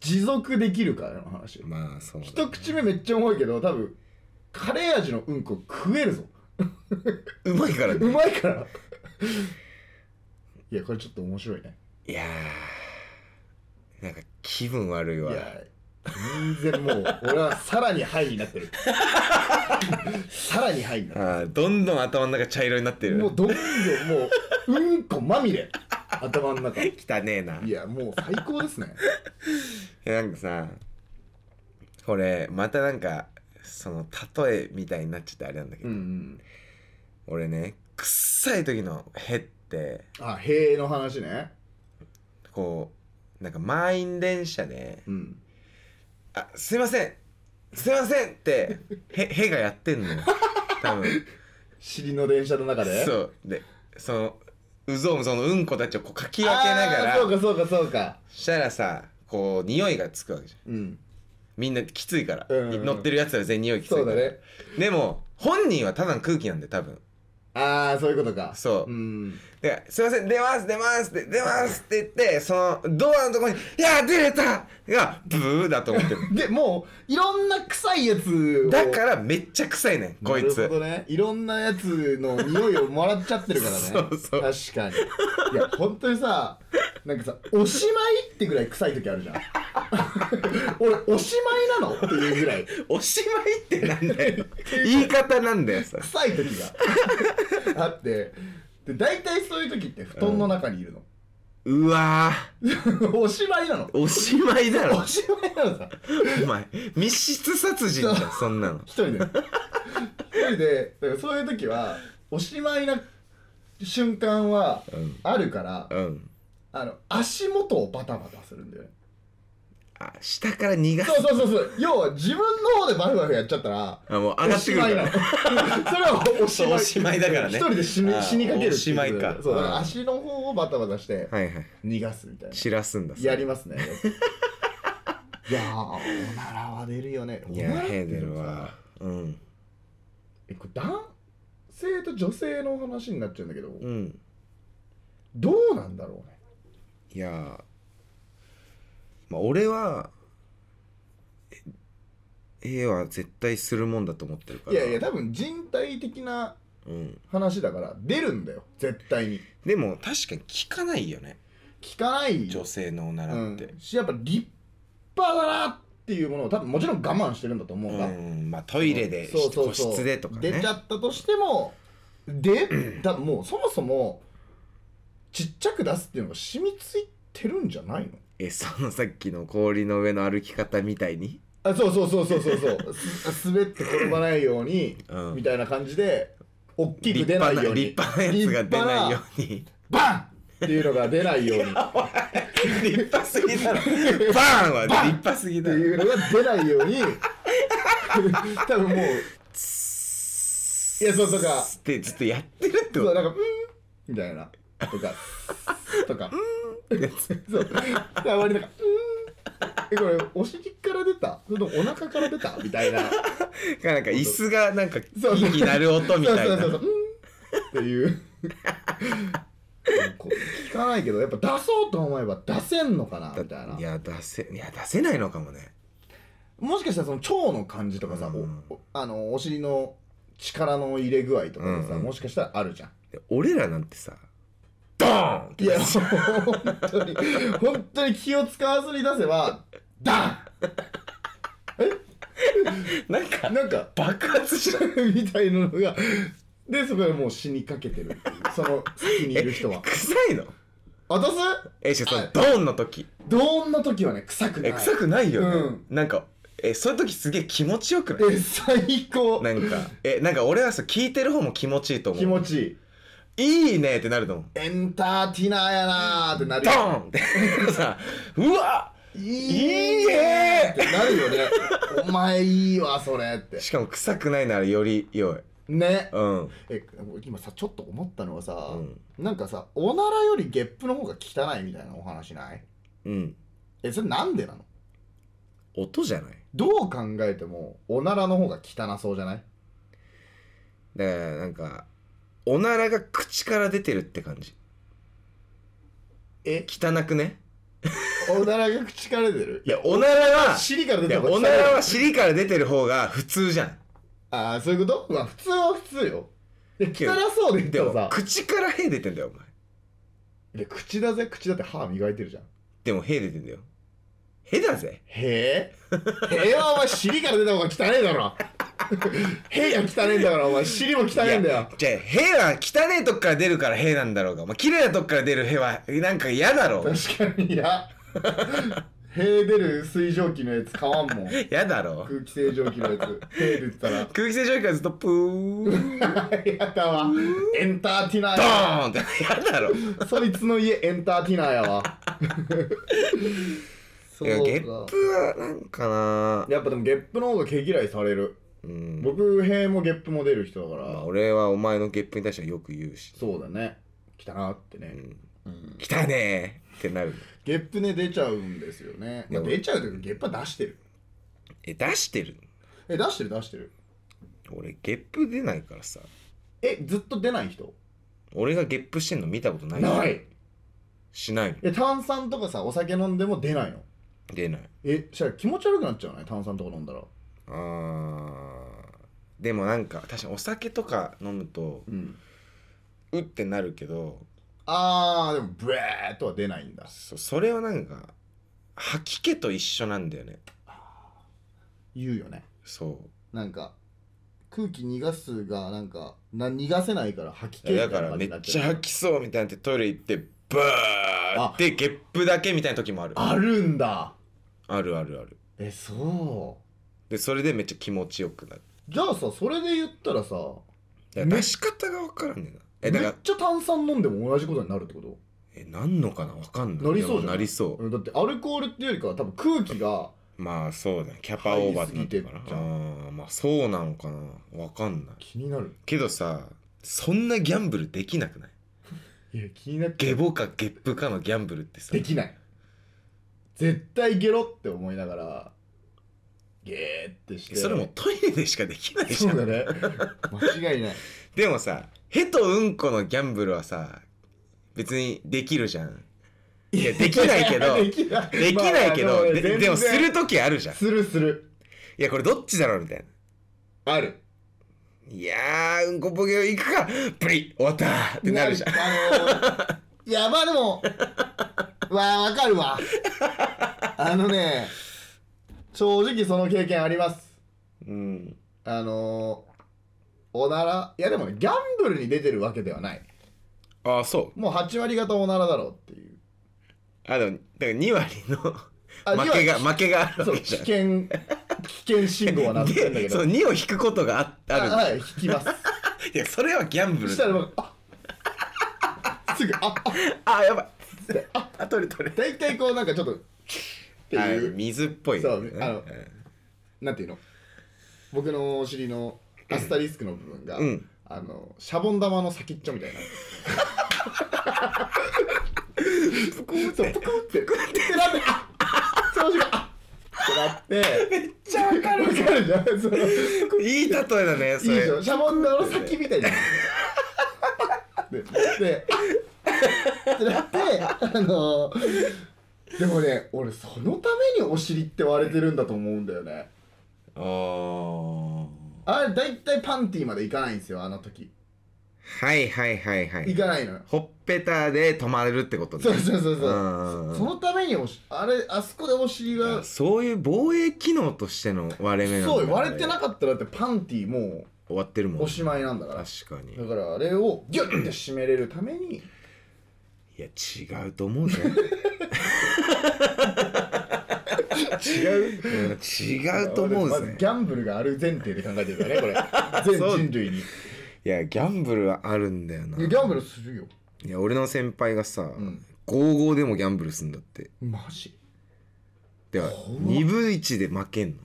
S1: 持続できるかの話
S3: うんまあそうだね
S1: 一口目めっちゃ重いけど多分カレー味のうんこ食えるぞ
S3: うまいから
S1: う
S3: ね
S1: まいからいやこれちょっと面白いね
S3: いやーなんか気分悪い
S1: い
S3: わ
S1: や全然もう俺はさらにハイになってるさらにハイになっ
S3: あーどんどん頭の中茶色になって
S1: てる
S3: る
S1: もうどんどんもううんこまみれ頭の中い
S3: 汚ねえな
S1: やもう最高ですね
S3: いやなんかさこれまたなんかその例えみたいになっちゃってあれなんだけど、
S1: うん
S3: 俺ね臭い時のヘって
S1: あ塀の話ね
S3: こうなんか満員電車で
S1: うん
S3: 「あすいませんすいません!」ってへへがやってんのよ多分
S1: 尻の電車の中で
S3: そうでそのうぞうむそのうんこたちをこうかき分けなが
S1: あーそう
S3: ら
S1: かそうかそうか
S3: したらさこう匂いがつくわけじゃん
S1: うん
S3: みんなきついから、
S1: うん
S3: 乗ってるやつら全員匂いきついか
S1: そ
S3: ら
S1: うだね
S3: でも本人はただの空気なんで多分
S1: ああそういうことか
S3: そう
S1: うん
S3: ですいません出ます出ますって出ますって言ってそのドアのとこに「いや出れた!」がブーだと思 ってる
S1: でもういろんな臭いやつを
S3: だからめっちゃ臭いねんこい
S1: な
S3: つ
S1: るほどねいろんなやつの匂いをもらっちゃってるからね
S3: そうそう
S1: 確かにいや本当にさなんかさおしまいってぐらい臭い時あるじゃん 俺おしまいなのっていうぐらい
S3: おしまいってなんだよ言い方なんだよさ
S1: 臭い時があってで大体そういう時って布団の中にいるの、
S3: うわー
S1: おしまいなの
S3: おしまいだろ
S1: おしまいなのさ
S3: お前密室殺人じゃんそんなの
S1: 一人で一人でだからそういう時はおしまいな瞬間は
S3: うん
S1: あるから、
S3: うん
S1: あの足元をバタバタするんだよね
S3: あ下から逃がす
S1: そうそうそうそう要は自分の方でバフバフやっちゃったら
S3: あもう上がってくる
S1: お
S3: か
S1: しまいな
S3: ら
S1: の それはおしまい
S3: そうおしまいだからね
S1: 一人で死に
S3: あー
S1: 死にかけるってう
S3: おしまいか
S1: そうだか
S3: あ
S1: ら
S3: ー
S1: 足の方をバタバタして
S3: はいはい
S1: 逃がすみたいな
S3: 散らすんだ
S1: やりますねいやーおならは出るよね
S3: いや
S1: おならって
S3: ヘ
S1: いう
S3: ーデル
S1: のさ
S3: はうん
S1: えこれ男性と女性の話になっちゃうんだけど、
S3: うん
S1: どうなんだろうね
S3: いやーまあ俺はえ A は絶対するもんだと思ってるから
S1: いやいや多分人体的な
S3: うん、
S1: 話だから出るんだよ絶対に
S3: でも確かに聞かないよね
S1: 聞かない
S3: 女性のおならって
S1: うん、しやっぱ立派だなっていうものを多分もちろん我慢してるんだと
S3: う、
S1: 思うんが、
S3: まあトイレで、
S1: そうそう
S3: 個
S1: そう
S3: 室でとかね
S1: 出ちゃったとしてもで多分もうそもそもちっちゃく出すっていうのが染みついてるんじゃないの
S3: えそのさっきの氷の上の歩き方みたいに
S1: あそうそうそうそうそうそうす 滑って転ばないように、
S3: うん
S1: みたいな感じで大き
S3: 立
S1: く出な
S3: 派
S1: いように
S3: 立派なやつが出ないよ
S1: 立
S3: うに
S1: 派なバンっていうのが出ない ようにっ
S3: 立派すぎだろバーンは立派すぎ
S1: て
S3: だろ
S1: いうのが出ないように 多分もう
S3: い
S1: いやそうとか
S3: ってずっとやってるって
S1: そ
S3: こ
S1: うなんか「うん」みたいなとか とか
S3: とやつ
S1: そうたまになんか「うん」えこれお尻から出たそれともお腹から出たみたいな
S3: なんか椅子がなんかキ
S1: そうそう
S3: ーキー鳴る音みたいな
S1: そうそうそうそう「うん」っていう こう聞かないけどやっぱ出そうと思えば出せんのかなみたいない
S3: や出せいや出せないのかもね
S1: もしかしたらその腸の感じとかさ、
S3: うん
S1: おおあのお尻の力の入れ具合とかでさ、
S3: うんうん
S1: もしかしたらあるじゃん
S3: で俺らなんてさドーンって
S1: いや、 本当に、本当に気を使わずに出せば、ダ
S3: なんか
S1: ンなんか、
S3: 爆発し
S1: みたいなのが、で、そこでもう死にかけてるっていう。その先にいる人 は。
S3: 臭いの
S1: 渡す
S3: えしかもそのドーンの時
S1: どんな時はね、臭くな
S3: え
S1: い。
S3: 臭くないよね、
S1: うん
S3: なんかえそういう時すげえ気持ちよくない
S1: え、最高。
S3: なんかえなんか俺はさ聞いてる方も気持ちいいと
S1: 気
S3: 思う
S1: 持ちいい。
S3: いいねってなると思う
S1: エンターティ ナーやなーってなる
S3: ド
S1: よ。
S3: ーンってさうわ
S1: いい
S3: いいね
S1: ってなるよねお前いいわそれって
S3: しかも臭くないならより良い
S1: ね
S3: うん
S1: え今さちょっと思ったのはさ
S3: う、ん
S1: なんかさおならよりゲップの方が汚いみたいなお話ない
S3: うん
S1: えそれなんでなの
S3: 音じゃない
S1: どう考えてもおならの方が汚そうじゃない
S3: だからなんかおならが口から出てるって感じ
S1: え
S3: 汚くね
S1: おならが口から出てる
S3: いやおならは
S1: 尻から出
S3: い
S1: て
S3: や
S1: る
S3: おならは尻から出てる方が普通じゃん
S1: ああそういうことまあ普通は普通よで
S3: けど
S1: 汚そうで
S3: で
S1: 言った
S3: も
S1: らさ
S3: 口から屁出てんだよお
S1: で
S3: 前
S1: 口だぜ口だって歯磨いてるじゃん
S3: でも屁出てんだよ屁だぜ
S1: へえへえはお前尻から出た方が汚えだろへえが汚えんだからお前尻も汚えんだよ
S3: じゃあ屁は汚えとこから出るから屁なんだろうが、まあ、綺麗なとこから出る屁はなんか嫌だろ う
S1: 確かにいやへえ出る水蒸気のやつ買わんもん
S3: 嫌だろう
S1: 空気清浄機のやつへえ出てたら
S3: 空気清浄機からずっとプー
S1: やだわエンターティナー
S3: ド
S1: や
S3: ーンって嫌だろ
S1: そいつの家エンターティナーやわ そ
S3: いやゲップはなんかな
S1: やっぱでもゲップの方が毛嫌いされる、
S3: うん
S1: 僕塀もゲップも出る人だから、
S3: まあ、俺はお前のゲップに対してはよく言うし、
S1: そうだね汚なってね、
S3: う
S1: う
S3: ん、
S1: ん
S3: 汚ねえってなる
S1: ゲップね出ちゃうんですよね、まあ、
S3: でも
S1: 出ちゃうというかゲップは出してる
S3: え出してる
S1: え出してる出してる
S3: 俺ゲップ出ないからさ
S1: えずっと出ない人
S3: 俺がゲップしてんの見たことないしない
S1: え炭酸とかさお酒飲んでも出ないの
S3: 出ない
S1: えしたら気持ち悪くなっちゃうね炭酸とか飲んだら
S3: あーでもなんか確かにお酒とか飲むと
S1: うん
S3: うってなるけど
S1: あーでもブレーっとは出ないんだ
S3: そそれはなんか吐き気と一緒なんだよね
S1: 言うよね
S3: そ
S1: なんか空気逃がすがなんかな逃がせないから吐き
S3: う
S1: 気みたい
S3: だ
S1: な
S3: から
S1: 感じ
S3: め
S1: にな
S3: っ
S1: っ
S3: ち
S1: ち
S3: ゃ
S1: ゃう
S3: 吐きそうみたいになってトイレ行ってブーってゲップだけみたいな時もある
S1: あるんだ
S3: あるあるある
S1: えそう
S3: でそれでめっちゃ気持ちよくなる
S1: じゃあさそれで言ったらさ
S3: だから出し方が分からんねんなえだか
S1: めっ
S3: ら
S1: ちゃ炭酸飲んでも同じことになるってこと
S3: えなんのかな分かんない
S1: なりそうじゃん
S3: でもなりそう
S1: うんだってアルコールっていうよりかは多分空気が
S3: まあそうだねキャパオーバーになってるから
S1: 入りすぎて
S3: あーまあそうなのかな分かんない
S1: 気になる
S3: けどさそんなギャンブルできなくない
S1: いや気になって
S3: ゲボかゲップかのギャンブルってさ
S1: できない絶対ゲロって思いながらゲーってして
S3: それもトイレでしかできないじ
S1: そ
S3: ゃ
S1: うんだね間違いない
S3: でもさヘとうんこのギャンブルはさ別にできるじゃんいやできないけど
S1: できない
S3: できないけど、
S1: まあ
S3: で
S1: 全然
S3: でもする時あるじゃんい
S1: するする
S3: やこれどっちだろうみたいな
S1: ある
S3: いやーうんこボケを行くかプリッ終わったーってなるじゃん
S1: あのー、いやまあでもわあわかるわあのね正直その経験あります
S3: うん
S1: あのー、おならいやでもねギャンブルに出てるわけではない
S3: ああそう
S1: もう8割方おならだろうっていう
S3: あでもだから2割の
S1: あ
S3: 負け
S1: に
S3: が
S1: は
S3: 負けがある
S1: そ
S3: わ
S1: う
S3: け
S1: 危
S3: じゃん
S1: 険危険信号はなってんだけ
S3: で
S1: ど
S3: その2を引くことがあある
S1: あはい引き ます
S3: いやそれはギャンブ
S1: そ
S3: ル
S1: したら
S3: だ
S1: 僕あすぐああ
S3: あやばいああ取れ取れ
S1: 大体こうなんかちょっとって
S3: あ
S1: いう
S3: 水っぽいよね
S1: そうあのなんていうの僕のお尻のアスタリスクの部分が、
S3: うん
S1: あのシャボン玉の先っちょみたいな。プクンってプクンってプクンってなってあ調子があってなってめっちゃわかるわかるじゃんそのいい
S3: いい例えだねそ
S1: で
S3: れ
S1: しょシャボン玉の先みたいな。でであってなってあのでもね俺そのためにお尻って割れてるんだと思うんだよね。
S3: あー
S1: あれ大体パンティーまで行かないんですよあの時
S3: はいはいはいは
S1: 行
S3: い
S1: かないのよ
S3: ほっぺたで止まれるってことね
S1: そうそうそうそう
S3: うん
S1: そのためにおしあれあそこでお尻が
S3: あそういう防衛機能としての割れ目なんだ
S1: そうよ割れてな
S3: あ
S1: かったらだってパンティーも
S3: 終わってるもん
S1: うおしまいなんだからだ
S3: 確かに
S1: からあれをギュッて締めれるために
S3: いや違うと思 うぜ
S1: 違う
S3: うん違うと思う
S1: ま
S3: ぜ、
S1: ずギャンブルがある前提で考えてるからねこれ
S3: そう
S1: 全人類に
S3: いやギャンブルはあるんだよない
S1: やギャンブルするよ
S3: いや俺の先輩がさ、
S1: ん
S3: 55でもギャンブルすんだって
S1: マジ
S3: では
S1: 怖っ
S3: 2分1で負けんの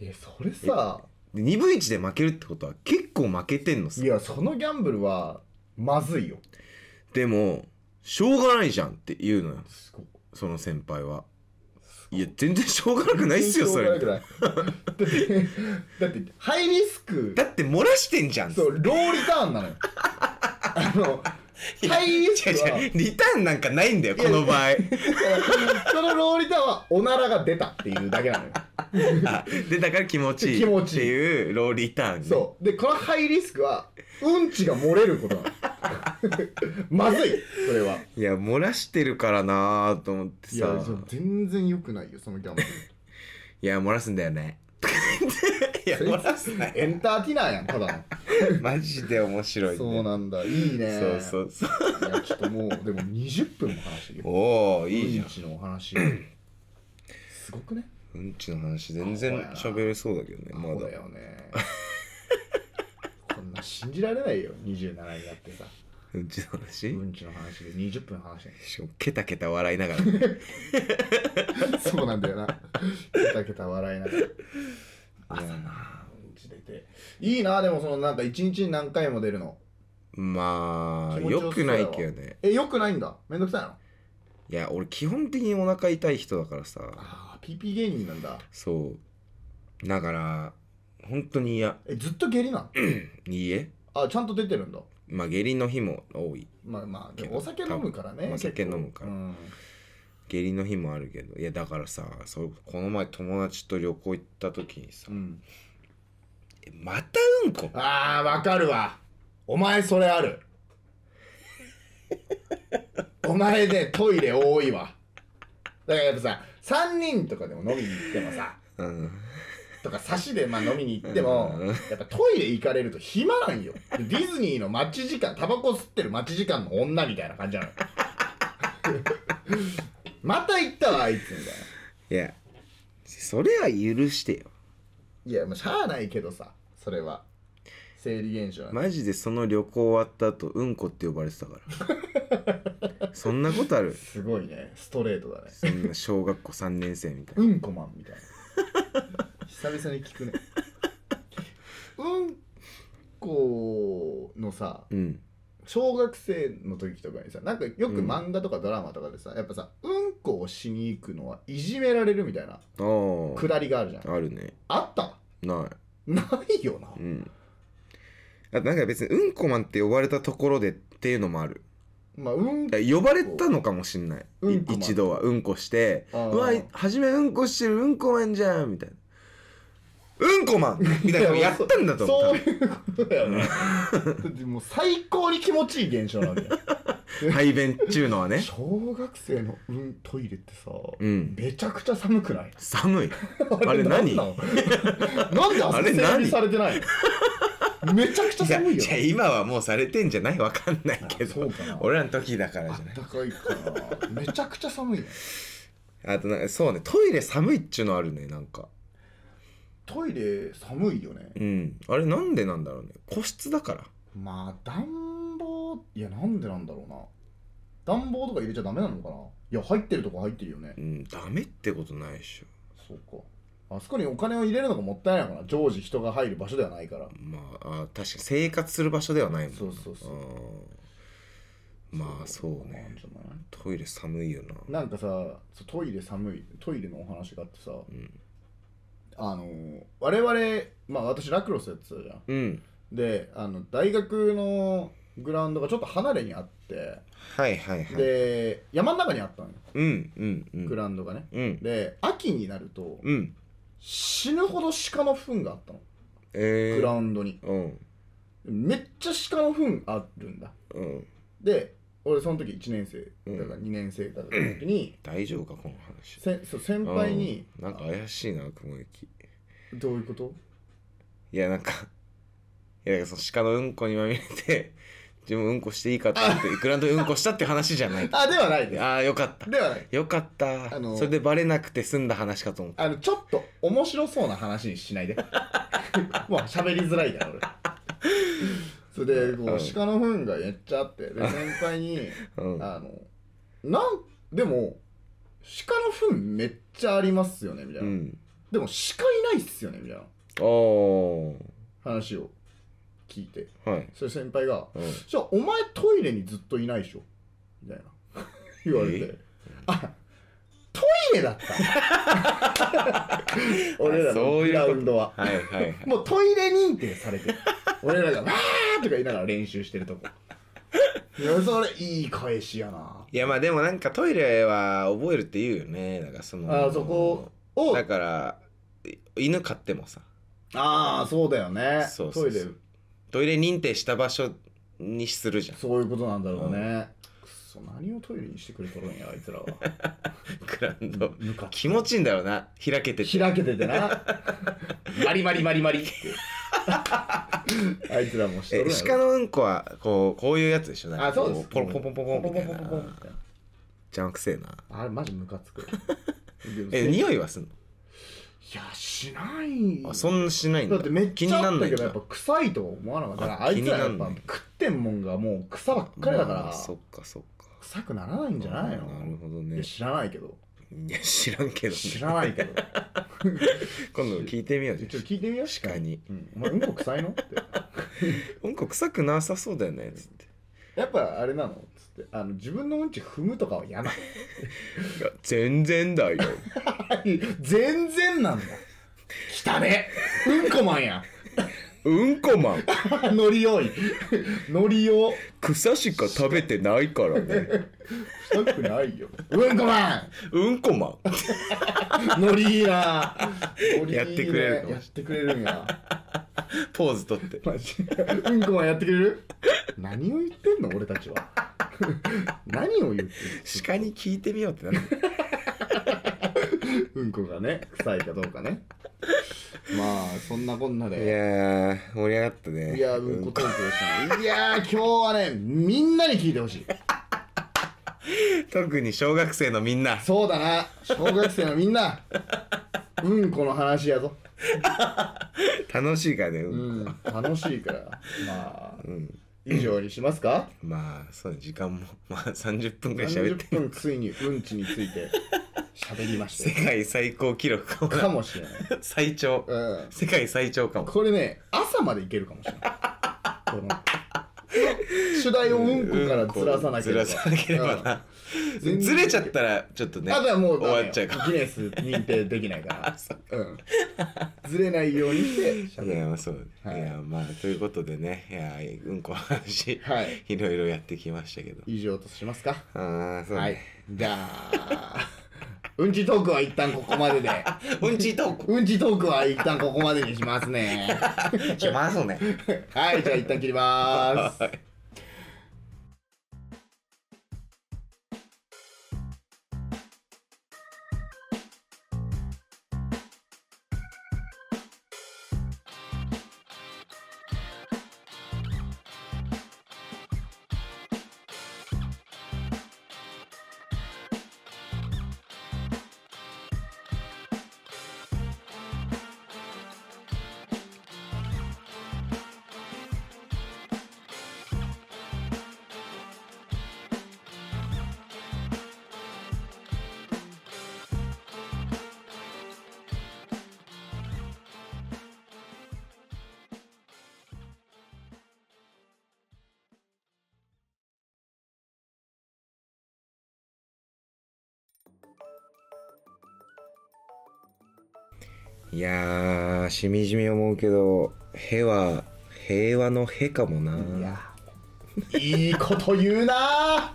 S1: えそれさ
S3: で2分1で負けるってことは結構負けてんのさ
S1: いやそのギャンブルはまずいよ
S3: でもしょうがないじゃんって言うのよ
S1: すごい
S3: その先輩はいや全然しょうがなくないっすよそれ
S1: 全然しょうがないぐらいだってだってハイリスク
S3: だって漏らしてんじゃん
S1: そうローリターンなのよあのハイリス
S3: 違う
S1: クは
S3: 違うリターンなんかないんだよこの場合
S1: そのローリターンはおならが出たっていうだけなのよ
S3: あでだから気持ちい い
S1: 気持
S3: っ
S1: ちいい
S3: ていうローリターンね
S1: そうでこのハイリスクはうんちが漏れる ことなのまずいそれはい
S3: や漏らしてるからなーと思ってさ
S1: いやそう全然良くないよそのギャンブル
S3: いや漏らすんだよ ねいや漏らすなよ
S1: エンターティナーやんただの
S3: マジで面白いね
S1: そうなんだいいね
S3: そうそうそう
S1: いやちょっともうでも20分も話してるよ
S3: おおいいじゃ
S1: うんんちのお話すごくね
S3: うんちの話全然喋れそうだけどねま
S1: そう
S3: だ
S1: だよねこんな信じられないよ27になってさ
S3: うんちの話、
S1: うんちの話で20分話してん
S3: しかもケタケタ笑いながら、ね、
S1: の そうなんだよなケタケタ笑いながら
S3: いや
S1: うんち出ていいなでもそのなんか一日に何回も出るの
S3: まあ
S1: 気持ちよさ
S3: よくないけどね
S1: えよくないんだめんどくさいの
S3: いや俺基本的にお腹痛い人だからさ
S1: ああ PP 芸人なんだ
S3: そうだから本当に嫌
S1: えずっと下痢なん
S3: いいえ
S1: あちゃんと出てるんだ
S3: まあ下痢の日も多い
S1: まあまあでもお酒飲むからね
S3: お酒
S1: 結構
S3: 飲むから
S1: うん
S3: 下痢の日もあるけどいやだからさそうこの前友達と旅行行った時にさ
S1: うん
S3: 「えまたうんこ
S1: ああわかるわお前それあ るお前でトイレ多いわだからやっぱさ3人とかでも飲みに行ってもさ」
S3: うん
S1: とか差しでまあ飲みに行っても
S3: うん
S1: やっぱトイレ行かれると暇なんよでディズニーの待ち時間タバコ吸ってる待ち時間の女みたいな感じなのまた行ったわあいつみたいない
S3: やそれは許してよ
S1: いやもうしゃあないけどさそれは生理現象なんで
S3: マジでその旅行終わった後うんこって呼ばれてたか らそんなことある
S1: すごいねストレートだね
S3: そんな小学校3年生みたいな
S1: うんこマンみたいな久々に聞くねうんこのさ
S3: うん
S1: 小学生の時とかにさなんかよく漫画とかドラマとかでさ、やっぱさうんこをしに行くのはいじめられるみたいな
S3: あー
S1: くだりがあるじゃん
S3: あるね
S1: あった
S3: な
S1: ないよない
S3: うんあなんか別にうんこマンって呼ばれたところでっていうのもある
S1: まあうん
S3: だから呼ばれたのかもしんない、
S1: うん
S3: い
S1: こマン
S3: 一度はうんこして
S1: あー
S3: うわい初めうんこしてるうんこマンじゃんみたいなうんこマンみたいなのやったんだと思う
S1: そういうことだよねだってもう最高に気持ちいい現象なんだよ
S3: 多分排便っちゅうのはね
S1: 小学生のうんトイレってさ、
S3: うん
S1: めちゃくちゃ寒くない
S3: 寒い あれ何
S1: 何なのなんであ
S3: あ
S1: そ
S3: れ
S1: こ
S3: 何
S1: 整理されてないのめちゃくちゃ
S3: じゃ
S1: 寒いよ
S3: じゃあ今はもうされてんじゃないわかんないけ
S1: あそ
S3: ど
S1: うかな
S3: 俺らの時だから
S1: あっ
S3: じゃない
S1: たかいかなめちゃくちゃ寒いよ
S3: あとなんかそうねトイレ寒いっちゅうのあるねなんか
S1: トイレ寒いよね
S3: うんあれなんでなんだろうね個室だから
S1: まあ暖房いやなんでなんだろうな暖房とか入れちゃダメなのかないや入ってるとこ入ってるよね
S3: うんダメってことないでしょ
S1: そうかあそこにお金を入れるのがもったいないのかな常時人が入る場所ではないから
S3: まああ確かに生活する場所ではないもん
S1: そうそうそう
S3: うんまあそう
S1: なん
S3: ね
S1: じゃない
S3: トイレ寒いよな
S1: なんかさそうトイレ寒いトイレのお話があってさ、
S3: ん
S1: あの我々まあ私ラクロスやってたじゃん
S3: うん
S1: であの大学のグラウンドがちょっと離れにあって、
S3: はいはいはい
S1: で山の中にあったのよ
S3: うんうんう
S1: グ
S3: ん
S1: ラウンドがね、
S3: うん
S1: で秋になると
S3: うん
S1: 死ぬほど鹿の糞があったの
S3: え
S1: グラ
S3: ー
S1: ウンドに
S3: うん
S1: めっちゃ鹿の糞あるんだ
S3: うん
S1: で俺その時1年生だから2年生だった時 に、
S3: 大丈夫かこの話
S1: せんそう先輩に
S3: うんなんか怪しいな雲行き
S1: あどういうこと
S3: いやなんか いやなんかその鹿のうんこにまみれて 自分うんこしていいかって言 ってグラウンドでうんこしたって話じゃ ない
S1: あではないです
S3: ああよかった
S1: ではない
S3: よかった、
S1: あの
S3: それでバレなくて済んだ話かと思った
S1: あのちょっと面白そうな話にしない でもう喋りづらいから俺それでこ
S3: うん
S1: う鹿の糞がやっちゃってで先輩に
S3: うん
S1: あのなんでも鹿の糞めっちゃありますよねみたいうな、
S3: ん
S1: でも鹿いないっすよねみたいな
S3: あー
S1: 話を聞いて
S3: はい
S1: それ先輩が
S3: うん
S1: 「じゃあお前トイレにずっといないでしょ」みたいな 言われて
S3: え
S1: 「あトイレだった」 俺ら
S3: あそ
S1: の
S3: うい
S1: グ
S3: うこ
S1: ラ
S3: と
S1: ウンドは
S3: はいはいはい
S1: もうトイレ認定されてる俺らが「わー!」とか言いながら練習してるとこいやそれいい返しやない
S3: やまあでもなんかトイレは覚えるって言うよねなんかその
S1: あーそこを
S3: だからい犬飼ってもさ
S1: ああそうだよね
S3: そうそう
S1: ト
S3: そう
S1: イレ
S3: トイレ認定した場所にするじゃん
S1: そういうことなんだろうね、くそ何をトイレにしてくれとるんやあいつらは
S3: グラウンド
S1: 向かって
S3: 気持ちいいんだろうな開けてて
S1: 開けててなマリマリマリマリってあいつらもして
S3: え
S1: るんやろ
S3: 鹿のうんこはこうこういうやつでしょなんか
S1: あそうです
S3: こポロポンポンポンポンみたい
S1: ポ
S3: な
S1: ンポンポンポンみたいな
S3: 邪魔くせえな
S1: あれマジムカつく
S3: え
S1: い
S3: 匂いはすん
S1: やしない
S3: のあそんなしないんだ
S1: だってめっち
S3: 気に
S1: ゃ
S3: な
S1: あ
S3: ん
S1: っ
S3: な
S1: た
S3: い
S1: け
S3: ん
S1: ど
S3: だ
S1: やっぱ臭いとは思わなかったから
S3: あ
S1: あいつらや
S3: 気
S1: っ
S3: にな
S1: ぱ
S3: んない
S1: 食ってんもんがもう草ばっかりだから、
S3: まあそっかそっか
S1: 臭くならないんじゃないの
S3: なるほど
S1: い
S3: ね
S1: や知らないけど
S3: いや知らんけど、ね、
S1: 知らないけどち
S3: 今度聞いてみよう
S1: ょ
S3: じ
S1: っと
S3: ゃ
S1: 聞いてみよう
S3: 鹿に
S1: うん、お前うんこ臭いのって
S3: んうんこ臭くなさそうだよねつって
S1: やっぱあれなのつってあの自分のうんち踏むとかはやない
S3: いや全然だよ
S1: 全然なんだ汚ねうんこマンや
S3: うんこマン
S1: ノリ用意 ノリ用
S3: 草しか食べてないからね
S1: したくないようんこマン
S3: うんこマン
S1: ノリいいなノリいいね
S3: やってくれるかもしれない
S1: やってくれるんや
S3: ポーズ取って
S1: マジうんこマンやってくれる何を言ってんの俺たちは 何を言ってんの
S3: 鹿に聞いてみようってなる
S1: うんこがね臭いかどうかねまあそんなこんないで
S3: やー盛り上がったね
S1: いや
S3: う
S1: うん
S3: ん
S1: こ
S3: こ
S1: トークでしたねいやー今日はねみんなに聞いてほしい
S3: 特に小学生のみんな
S1: そうだな小学生のみんなうんこの話やぞ
S3: 楽しいからね
S1: う
S3: うん
S1: ん楽しいからまあ
S3: うん
S1: 以上にしますか
S3: まあそうだ時間も まあ30分ぐらい喋って
S1: 30分ついにうんちについて喋りまし
S3: 世
S1: たよ
S3: 界最高記録かも
S1: か
S3: な
S1: もしれない、
S3: 最長
S1: うん、
S3: 世界最長かも
S1: これね朝までいけるかもしれないこの主題をうんこからずらさなければ、
S3: うんこずらさなければな
S1: 全然
S3: ずれちゃったらちょっとね
S1: あとはもう
S3: 終わっちゃうかも
S1: ギネス認定できない からうん、ずれないようにして
S3: い
S1: 喋る
S3: やまあそうだね、
S1: はい
S3: い、やまあということでねいやうんこの話、
S1: はい、
S3: いろいろやってきましたけど
S1: 以上としますか
S3: ああそう
S1: はい
S3: ね、
S1: じゃあうんちトークは一旦ここまで で
S3: うんちトー
S1: うんちトークは一旦ここまでにしますね
S3: クします ね
S1: はいじゃあ一旦切ります
S3: いやーしみじみ思うけど「へ」は平和の「へ」かもない
S1: やいいこと言うなは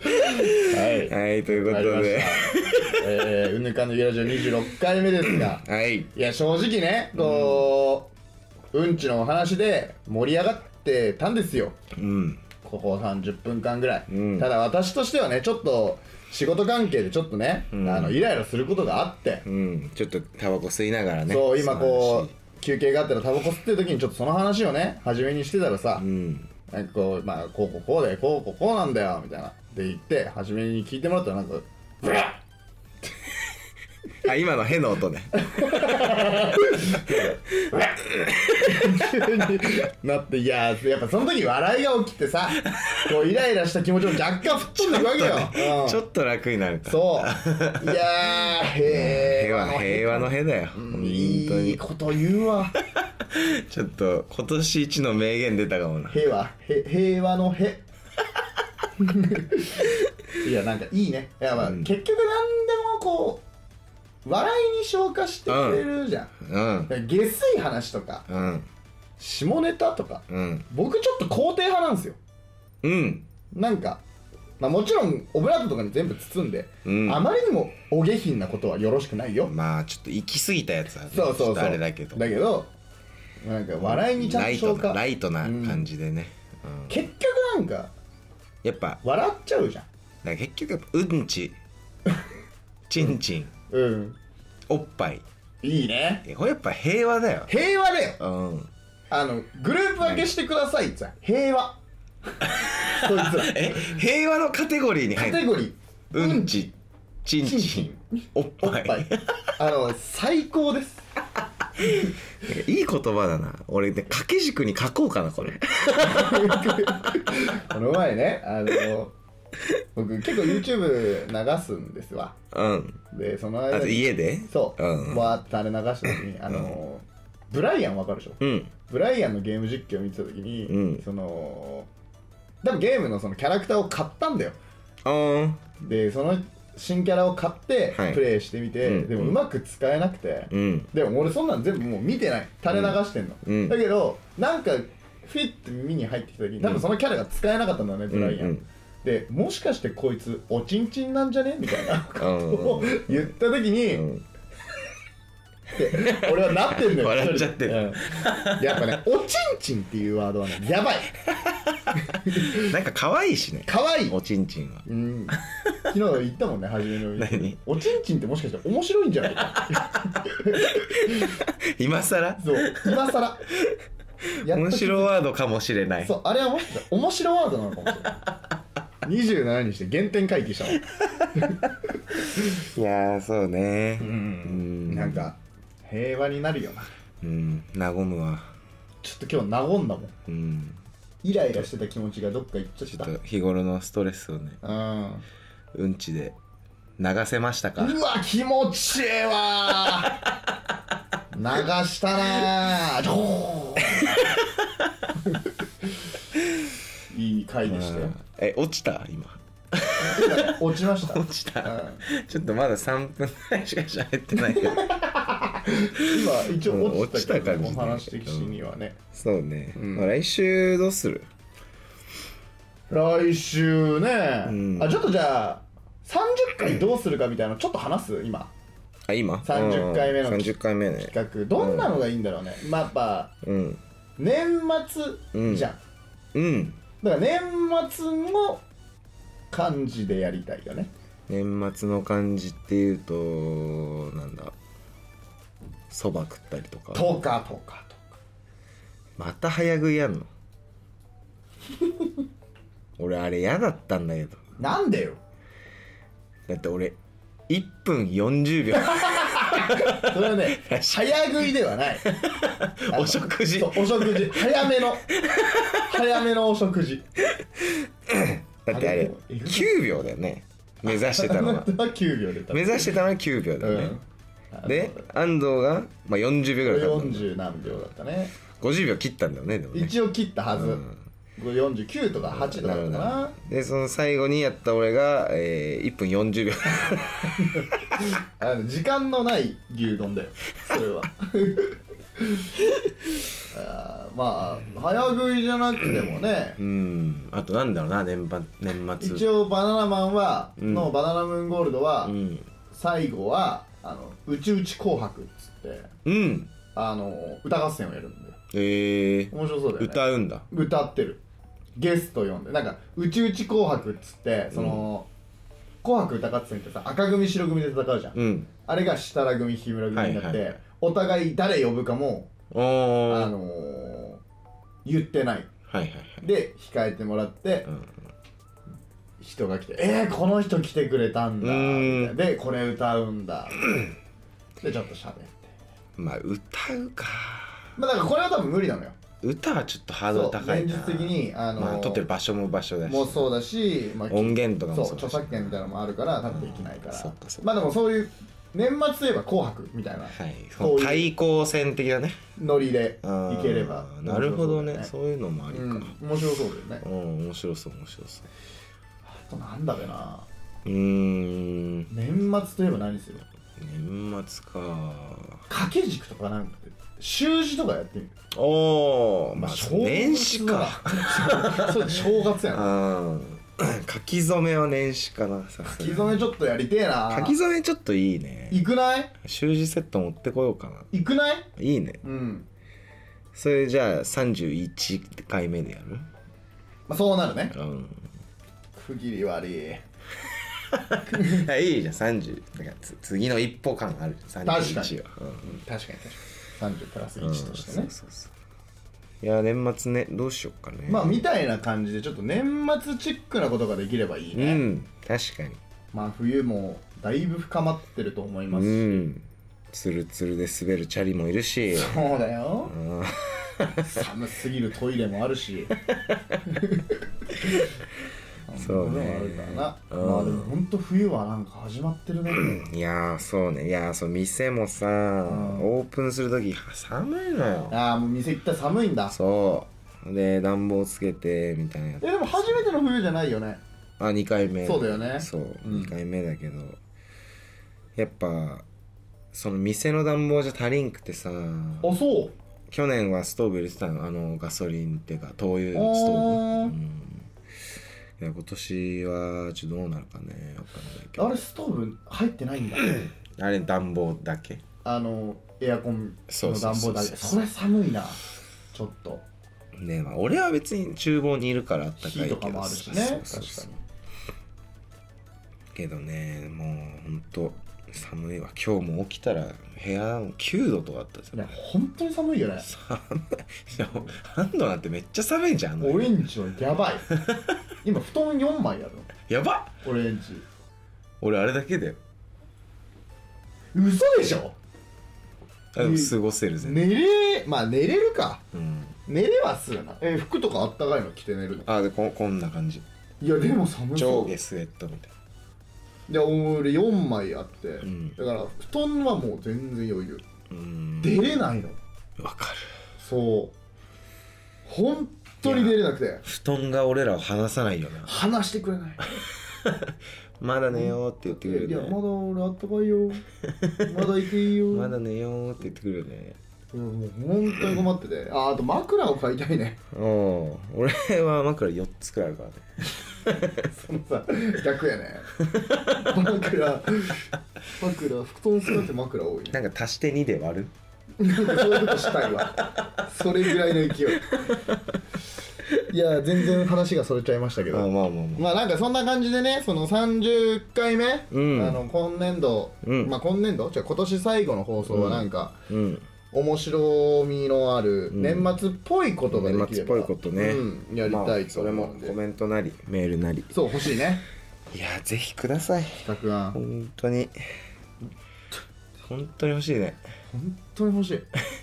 S1: い
S3: はいというこ
S1: わか
S3: と
S1: りまし
S3: で、
S1: た。えー、うぬかのゆラジオ26回目ですが
S3: はい
S1: いや、正直ね、こう、うんちのお話で盛り上がってたんですよ、
S3: うん
S1: ここ30分間ぐらい。
S3: うん
S1: ただ、私としてはね、ちょっと仕事関係でちょっとね、
S3: ん
S1: あのイライラすることがあって、
S3: うんちょっとタバコ吸いながらね
S1: そう、今こ
S3: 素
S1: う、休憩があったらタバコ吸ってる時にちょっとその話をね、初めにしてたらさ、
S3: 晴らしいうん
S1: なんかこう、まあ、こうこうこうで、こうこうこうなんだよ、みたいな。で言って、初めに聞いてもらったら、なんか、ブラッ
S3: あ今のへの音ね
S1: 急になっていややっぱその時笑いが起きてさこうイライラした気持ちも若干吹っ飛んでいくわけよ、 うん
S3: ちょっと楽になれた
S1: そういやー
S3: 平
S1: 平和
S3: 和平和のへだよ本当
S1: いい
S3: に
S1: こと言うわ
S3: ちょっと今年一の名言出たかもな
S1: 平和へ平和のへいやなんかいいねいや、まあ
S3: うん
S1: 結局何でもこう笑いに消化してくれるじゃん、
S3: うん
S1: だから下水話とか
S3: うん
S1: 下ネタとか
S3: うん
S1: 僕ちょっと肯定派なんですよ
S3: うん
S1: なんか、まあ、もちろんオブラートとかに全部包んで、
S3: うん
S1: あまりにもお下品なことはよろしくないよ、
S3: まあちょっと行き過ぎたやつはね
S1: そう
S3: ちょ
S1: そ
S3: っ
S1: う
S3: と
S1: そう
S3: あれだけど
S1: だけどなんか笑いにちゃんと
S3: ライト
S1: 消
S3: な
S1: 化
S3: ライトな感じでね、うん
S1: 結局なんか
S3: やっぱだか
S1: 笑っちゃうじゃん
S3: ら結局やっぱう んちちんちん
S1: うん
S3: おっぱい
S1: いいね
S3: えこれやっぱ平和だよ
S1: 平和だよ
S3: うん
S1: あのグループ分けしてくださいっつうの平 和そいつら
S3: え平和のカテゴリーに
S1: カ
S3: 入
S1: テ
S3: る
S1: ゴリー
S3: うんちちん
S1: ちん
S3: ち
S1: ち
S3: ん
S1: ん
S3: おっ
S1: おっ
S3: ぱい
S1: ぱいあの最高です
S3: いい言葉だな俺ね掛け軸に書こうかなこれ
S1: この前ねあの僕結構 YouTube 流すんですわ
S3: うん
S1: でその
S3: あ
S1: 間
S3: と
S1: に
S3: 家で
S1: そう、
S3: うん
S1: わーって垂れ流した時にあの、ブライアンわかるでしょ
S3: うん
S1: ブライアンのゲーム実況を見てた時に、
S3: うん
S1: その多分ゲームのそのキャラクターを買ったんだよ
S3: あー
S1: でその新キャラを買って
S3: はい
S1: プレイしてみて、
S3: うん
S1: でも
S3: うん
S1: うまく使えなくて、
S3: うん
S1: でも俺そんなん全部もう見てない垂れ流してんの、
S3: うん
S1: だけどなんかフィッて見に入ってきた時に多分そのキャラが使えなかったんだね、ブライアン、
S3: うん
S1: でもしかしてこいつおちんちんなんじゃねみたいな
S3: うんうん
S1: を言った時に、
S3: うん
S1: 俺はなってんのよ
S3: 笑っちゃってる
S1: うんやっぱねおちんちんっていうワードはねやばい
S3: なんか可愛いしね
S1: 可愛い
S3: おちんちんは
S1: うん昨日言ったもんね初めの
S3: 何
S1: おちんちんってもしかして面白いんじゃないか
S3: 今さら
S1: そう今更やっと
S3: 面白ワードかもしれない
S1: そうあれはもしかしたら面白ワードなのかもしれない27にして原点回帰したもん、
S3: いやーそうね
S1: うん、なんか平和になるよな
S3: うん和むわ
S1: ちょっと今日和んだもん
S3: うん
S1: イライラしてた気持ちがどっか行っちゃっ
S3: ち
S1: た
S3: ょっと日頃のストレスをね
S1: うん
S3: うんちで流せましたか
S1: うわ気持ちええわー流した なーおーいい回でしたよ
S3: え落ちた今
S1: 落ちました
S3: 落ちた
S1: うん
S3: ちょっとまだ3分ぐらいしか喋ってないけど
S1: 今一応落ちたけど
S3: うん
S1: も
S3: 落ちた感じね
S1: う話的にはね、
S3: そうね、
S1: うん
S3: まあ来週どうする
S1: 来週ね、
S3: うん
S1: あちょっとじゃあ30回どうするかみたいなのちょっと話す今
S3: あ今
S1: 30回目の
S3: うん30回目ね
S1: 企画どんなのがいいんだろうね、まあやっぱ
S3: うん
S1: 年
S3: うん
S1: 末じゃん、
S3: うん
S1: だから年末の感じでやりたいよね
S3: 年末の感じっていうとなんだそば食ったりとか
S1: とかとかとか
S3: また早食いやん の俺あれ嫌だったんだけど
S1: なんでよ
S3: だって俺1分40秒
S1: それはね
S3: 確かに
S1: 早食いではない
S3: お食事
S1: そうお食事早めの早めのお食事
S3: だってあれ9秒だよね目指してたの
S1: あ
S3: は
S1: なたは9秒で食
S3: 目
S1: べ
S3: 指してたのは9秒だよね、
S1: うん
S3: で安藤が、まあ、40秒ぐらいかかったんだ
S1: 40何秒だったね
S3: 50秒切ったんだよねでもね
S1: 一応切ったはず、
S3: うん
S1: 49とか8とかだったかな
S3: なるほどでその最後にやった俺が、え1分40秒
S1: あの時間のない牛丼だよそ れはあーまあ早食いじゃなくてもね
S3: うんあとなんだろうな年末年末
S1: 一応バナナマンは、
S3: うん
S1: のバナナムーンゴールドは、
S3: うん、
S1: 最後はあの「うちうち紅白」っつって
S3: うん、
S1: あの歌合戦をやるんで
S3: えー、
S1: 面白そうだよね
S3: 歌うんだ
S1: 歌ってるゲスト呼んでなんか「うちうち紅白」っつってその、紅白歌合戦ってさ赤組白組で戦うじゃん、
S3: うん
S1: あれが設楽組日村組になって、
S3: はいはいはい
S1: お互い誰呼ぶかも、
S3: お
S1: あ
S3: ー
S1: のー言ってない
S3: はいはいはい
S1: で控えてもらって、
S3: うん
S1: 人が来て「えー、この人来てくれたんだ」
S3: うーん
S1: みたいなでこれ歌うんだでちょっと喋って
S3: まあ歌うか
S1: まあだからこれは多分無理なのよ
S3: 歌はちょっとハードル
S1: そう
S3: 高い
S1: 現
S3: な
S1: 実的にあの、
S3: まあ撮ってる場所も場所だし
S1: もうそうだし、まあ、
S3: 音源とかも
S1: そう著
S3: だし
S1: 作権みたいなのもあるから多分できないから、
S3: そっかそっか
S1: まあでもそういう年末といえば「紅白」みたいな
S3: はいそ
S1: そう
S3: の
S1: いう
S3: 対抗戦的だね
S1: ノリで
S3: あー
S1: いければ
S3: なるほどね
S1: 面白
S3: そういうのもあり
S1: そ
S3: か、
S1: うだ
S3: う
S1: よねうん
S3: ん、
S1: 面白そうだよね
S3: 面白そう面白そう
S1: あとなんだべな
S3: うーん
S1: 年末といえば何する
S3: 年末か
S1: 掛け軸とかなんかで習字とかやってみる
S3: おおまあ
S1: 正月は
S3: 年始か
S1: そうだ正月や
S3: う
S1: なん
S3: 書き初めは年始かな
S1: 書
S3: さすが
S1: き
S3: に
S1: 初めちょっとやりてえな
S3: 書き初めちょっといいね
S1: 行くない
S3: 習字セット持ってこようかな
S1: 行くない
S3: いいね
S1: うん、
S3: それじゃあ31回目でやる
S1: まあ、そうなるね
S3: うん
S1: 区切り悪い
S3: いやいいじゃん30だからつ次の一歩感あるじゃん31は
S1: 確かに確かに30プラス
S3: うんうん
S1: 1としてね、
S3: そうそうそういや年末ねどうしよっかね
S1: まあみたいな感じでちょっと年末チックなことができればいいうね、
S3: ん確かに
S1: まあ冬もだいぶ深まってると思います
S3: う
S1: し、
S3: んツルツルで滑るチャリもいる し
S1: そうだよ
S3: うん
S1: 寒すぎるトイレもあるし
S3: そ
S1: そ
S3: うね
S1: んなこともあるからな、
S3: うん
S1: まあでもほんと冬はなんか始まってるね、
S3: いやーそうねいやーそう店もさ、
S1: ん
S3: オープンする時寒いのよ
S1: ああもう店行ったら寒いんだ
S3: そうで暖房つけてみたいな
S1: えでも初めての冬じゃないよね
S3: あ2回目
S1: そうだよね
S3: そう、
S1: うん
S3: 2回目だけどやっぱその店の暖房じゃ足りんくてさ
S1: あそう
S3: 去年はストーブ入れてたのあのガソリンっていうか灯油ストー
S1: おー
S3: ブ、うんいや今年はちょっとどうなるかねわかんないけど
S1: あれストーブ入ってないんだ
S3: あれ暖房だけ
S1: あのエアコン
S3: そう
S1: の
S3: そう
S1: 暖
S3: そ
S1: 房
S3: う
S1: だけそれ寒いなちょっと
S3: ねまあ俺は別に厨房にいるからあったかい
S1: 火
S3: け
S1: と
S3: ど
S1: かもあるし
S3: そう
S1: ね
S3: そうそう
S1: 確か
S3: けどねもうほんと寒いわ今日も起きたら部屋9度とかあったんです
S1: にい
S3: よ
S1: や本当に寒いよね
S3: 寒いでもハンドなんてめっちゃ寒いじゃんあの
S1: オレンジはや ばい今布団4枚やるの
S3: やばっ
S1: オレンジ
S3: 俺あれだけだよ
S1: 嘘でしょ
S3: あでも過ごせるぜ、
S1: 寝れまあ寝れるか
S3: うん、
S1: 寝れはするなえ服とかあったかいの着て寝るの
S3: あでここんな感じ
S1: いやでも寒い
S3: 上下スウェットみたい
S1: で俺4枚あって、
S3: ん
S1: だから布団はもう全然余裕
S3: なうん
S1: 出れないの
S3: わかる
S1: そう本当に出れなくて
S3: 布団が俺らを離さないよな
S1: 話してくれない
S3: まだ寝ようって言ってくれる
S1: いや
S3: ね
S1: まだ俺あったかい よまだいていいよ
S3: まだ寝ようって言ってくるよね
S1: うんもう本当に困っててああと枕を買いたいね
S3: うん俺は枕4つくらいあるからね
S1: そのさ逆や ね枕枕布団少なくて枕多いね
S3: なんか足して2で割る
S1: なんかそういうことしたいわそれぐらいの勢いいや全然話がそれちゃいましたけ
S3: あ
S1: ど
S3: まあまあまあ
S1: まあなんかそんな感じでねその30回目、
S3: うん
S1: あの今年度、
S3: うん
S1: まあ今年度じゃ今年最後の放送はなんか、
S3: うん
S1: 面白みのある
S3: ん
S1: 年末っぽいことができれば、
S3: 年末っぽいことね、
S1: うん、やりたいと思うので、
S3: まあそれもコメントなりメールなり
S1: そう欲しいね
S3: いやぜひください
S1: 企画案
S3: 本当に本当に欲しいね
S1: 本当に欲しい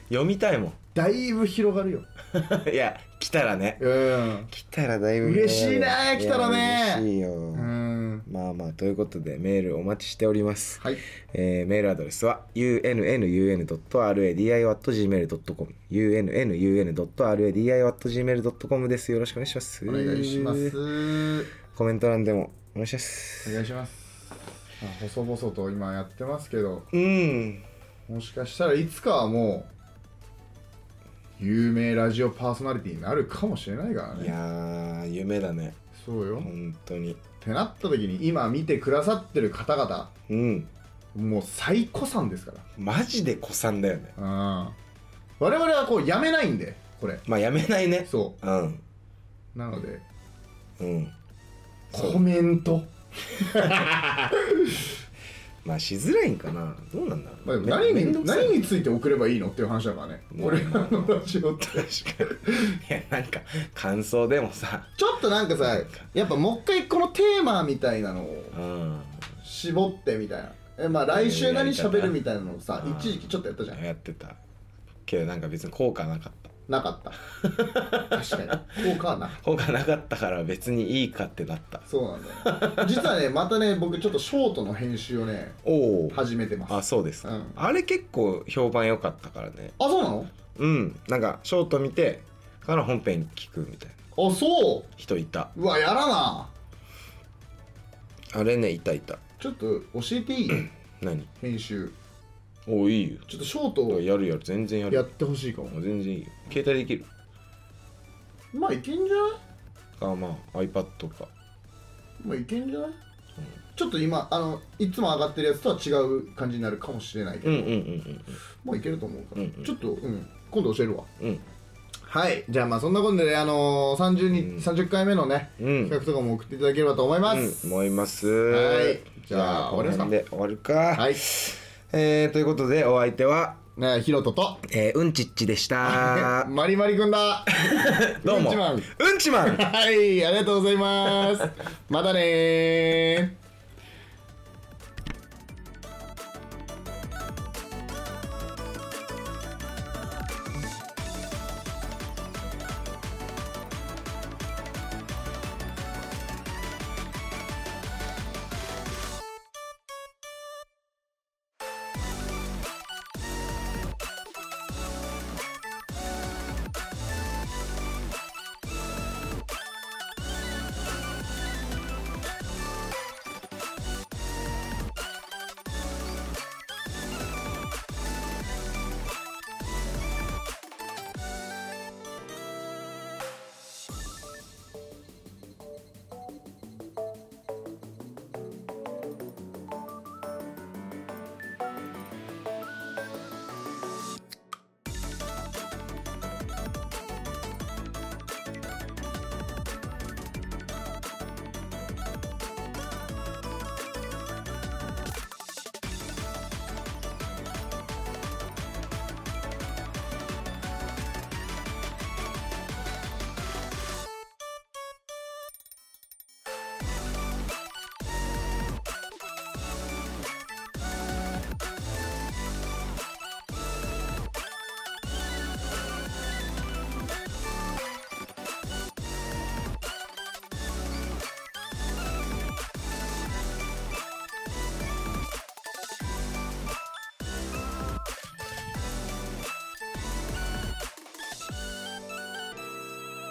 S3: 読みたいも
S1: だいぶ広がるよ
S3: ん いや来たらね
S1: うん
S3: 来たらだいぶ
S1: 嬉しいね来たらね
S3: いや嬉しいよ、
S1: うん
S3: まあまあということでメールお待ちしております、
S1: はい
S3: えーメールアドレスは unnun.radio.gmail.com unnun.radio.gmail.com ですよろしくお願いします
S1: お願いします
S3: コメント欄でもお願いします
S1: お願いしますあ細々と今やってますけど
S3: うん
S1: もしかしたらいつかはもう有名ラジオパーソナリティになるかもしれないから
S3: い
S1: ね
S3: やー夢だね
S1: そうよ、っ
S3: 本当に
S1: てなった時に今見てくださってる方々
S3: うん
S1: もう最古参ですから
S3: マジで子さんだよね
S1: うん我々はこうやめないんでこれ
S3: まあやめないね
S1: そ
S3: うん
S1: うなので
S3: うんそう
S1: コメント
S3: まあしづらいんかなどうなんだろ
S1: まあ、
S3: う、
S1: でも何
S3: めめんど
S1: に
S3: くさい
S1: 何について送ればいいのっていう話だからね
S3: ね
S1: 俺らのラジオって
S3: 確かにいやなんか感想でもさ
S1: ちょっとなんかさやっぱもう一回このテーマみたいなのを
S3: うん
S1: 絞ってみたいなえまあ来週何喋るみたいなのをさ
S3: うん
S1: 一時期ちょっとやったじゃん
S3: やってたけどなんか別に効果なかった
S1: なかった 確かに効果はな
S3: 効果なかったから別にいいかってなった
S1: そうなんだよ実はねまたね僕ちょっとショートの編集をね
S3: おお
S1: 始めてます
S3: あそうですか、
S1: うん
S3: あれ結構評判良かったからね
S1: あそうなの
S3: うんなんかショート見てから本編聞くみたいな
S1: あそ
S3: 人いた
S1: ううわやらな
S3: あれねいたいた
S1: ちょっと教えていい
S3: 何
S1: 編集
S3: おおいいよ
S1: ちょっとショートを
S3: やるやる全然やる
S1: やってほしいかも
S3: もう全然いいよ携帯できる
S1: まあいけんじゃない
S3: かまあ iPad とか
S1: まあいけんじゃない、ちょっと今あのいつも上がってるやつとは違う感じになるかもしれないけど、
S3: うんうんうん
S1: まあいけると思うから、
S3: うんうん
S1: ちょっと、うん、今度教えるわ
S3: うんうん
S1: はいじゃあまあそんなことでね、あのー、30, に
S3: うん
S1: 30回目のね
S3: う
S1: 企
S3: ん
S1: 画とかも送っていただければと思います、
S3: うん、思います
S1: はいじゃあ
S3: この辺で終わるか、
S1: はい
S3: えー、ということでお相手は、
S1: ねひろとと
S3: えー、うんちっちでし た
S1: マリマリくん だ
S3: どうも
S1: うんちまん
S3: うんちまん
S1: はいありがとうございますまたねー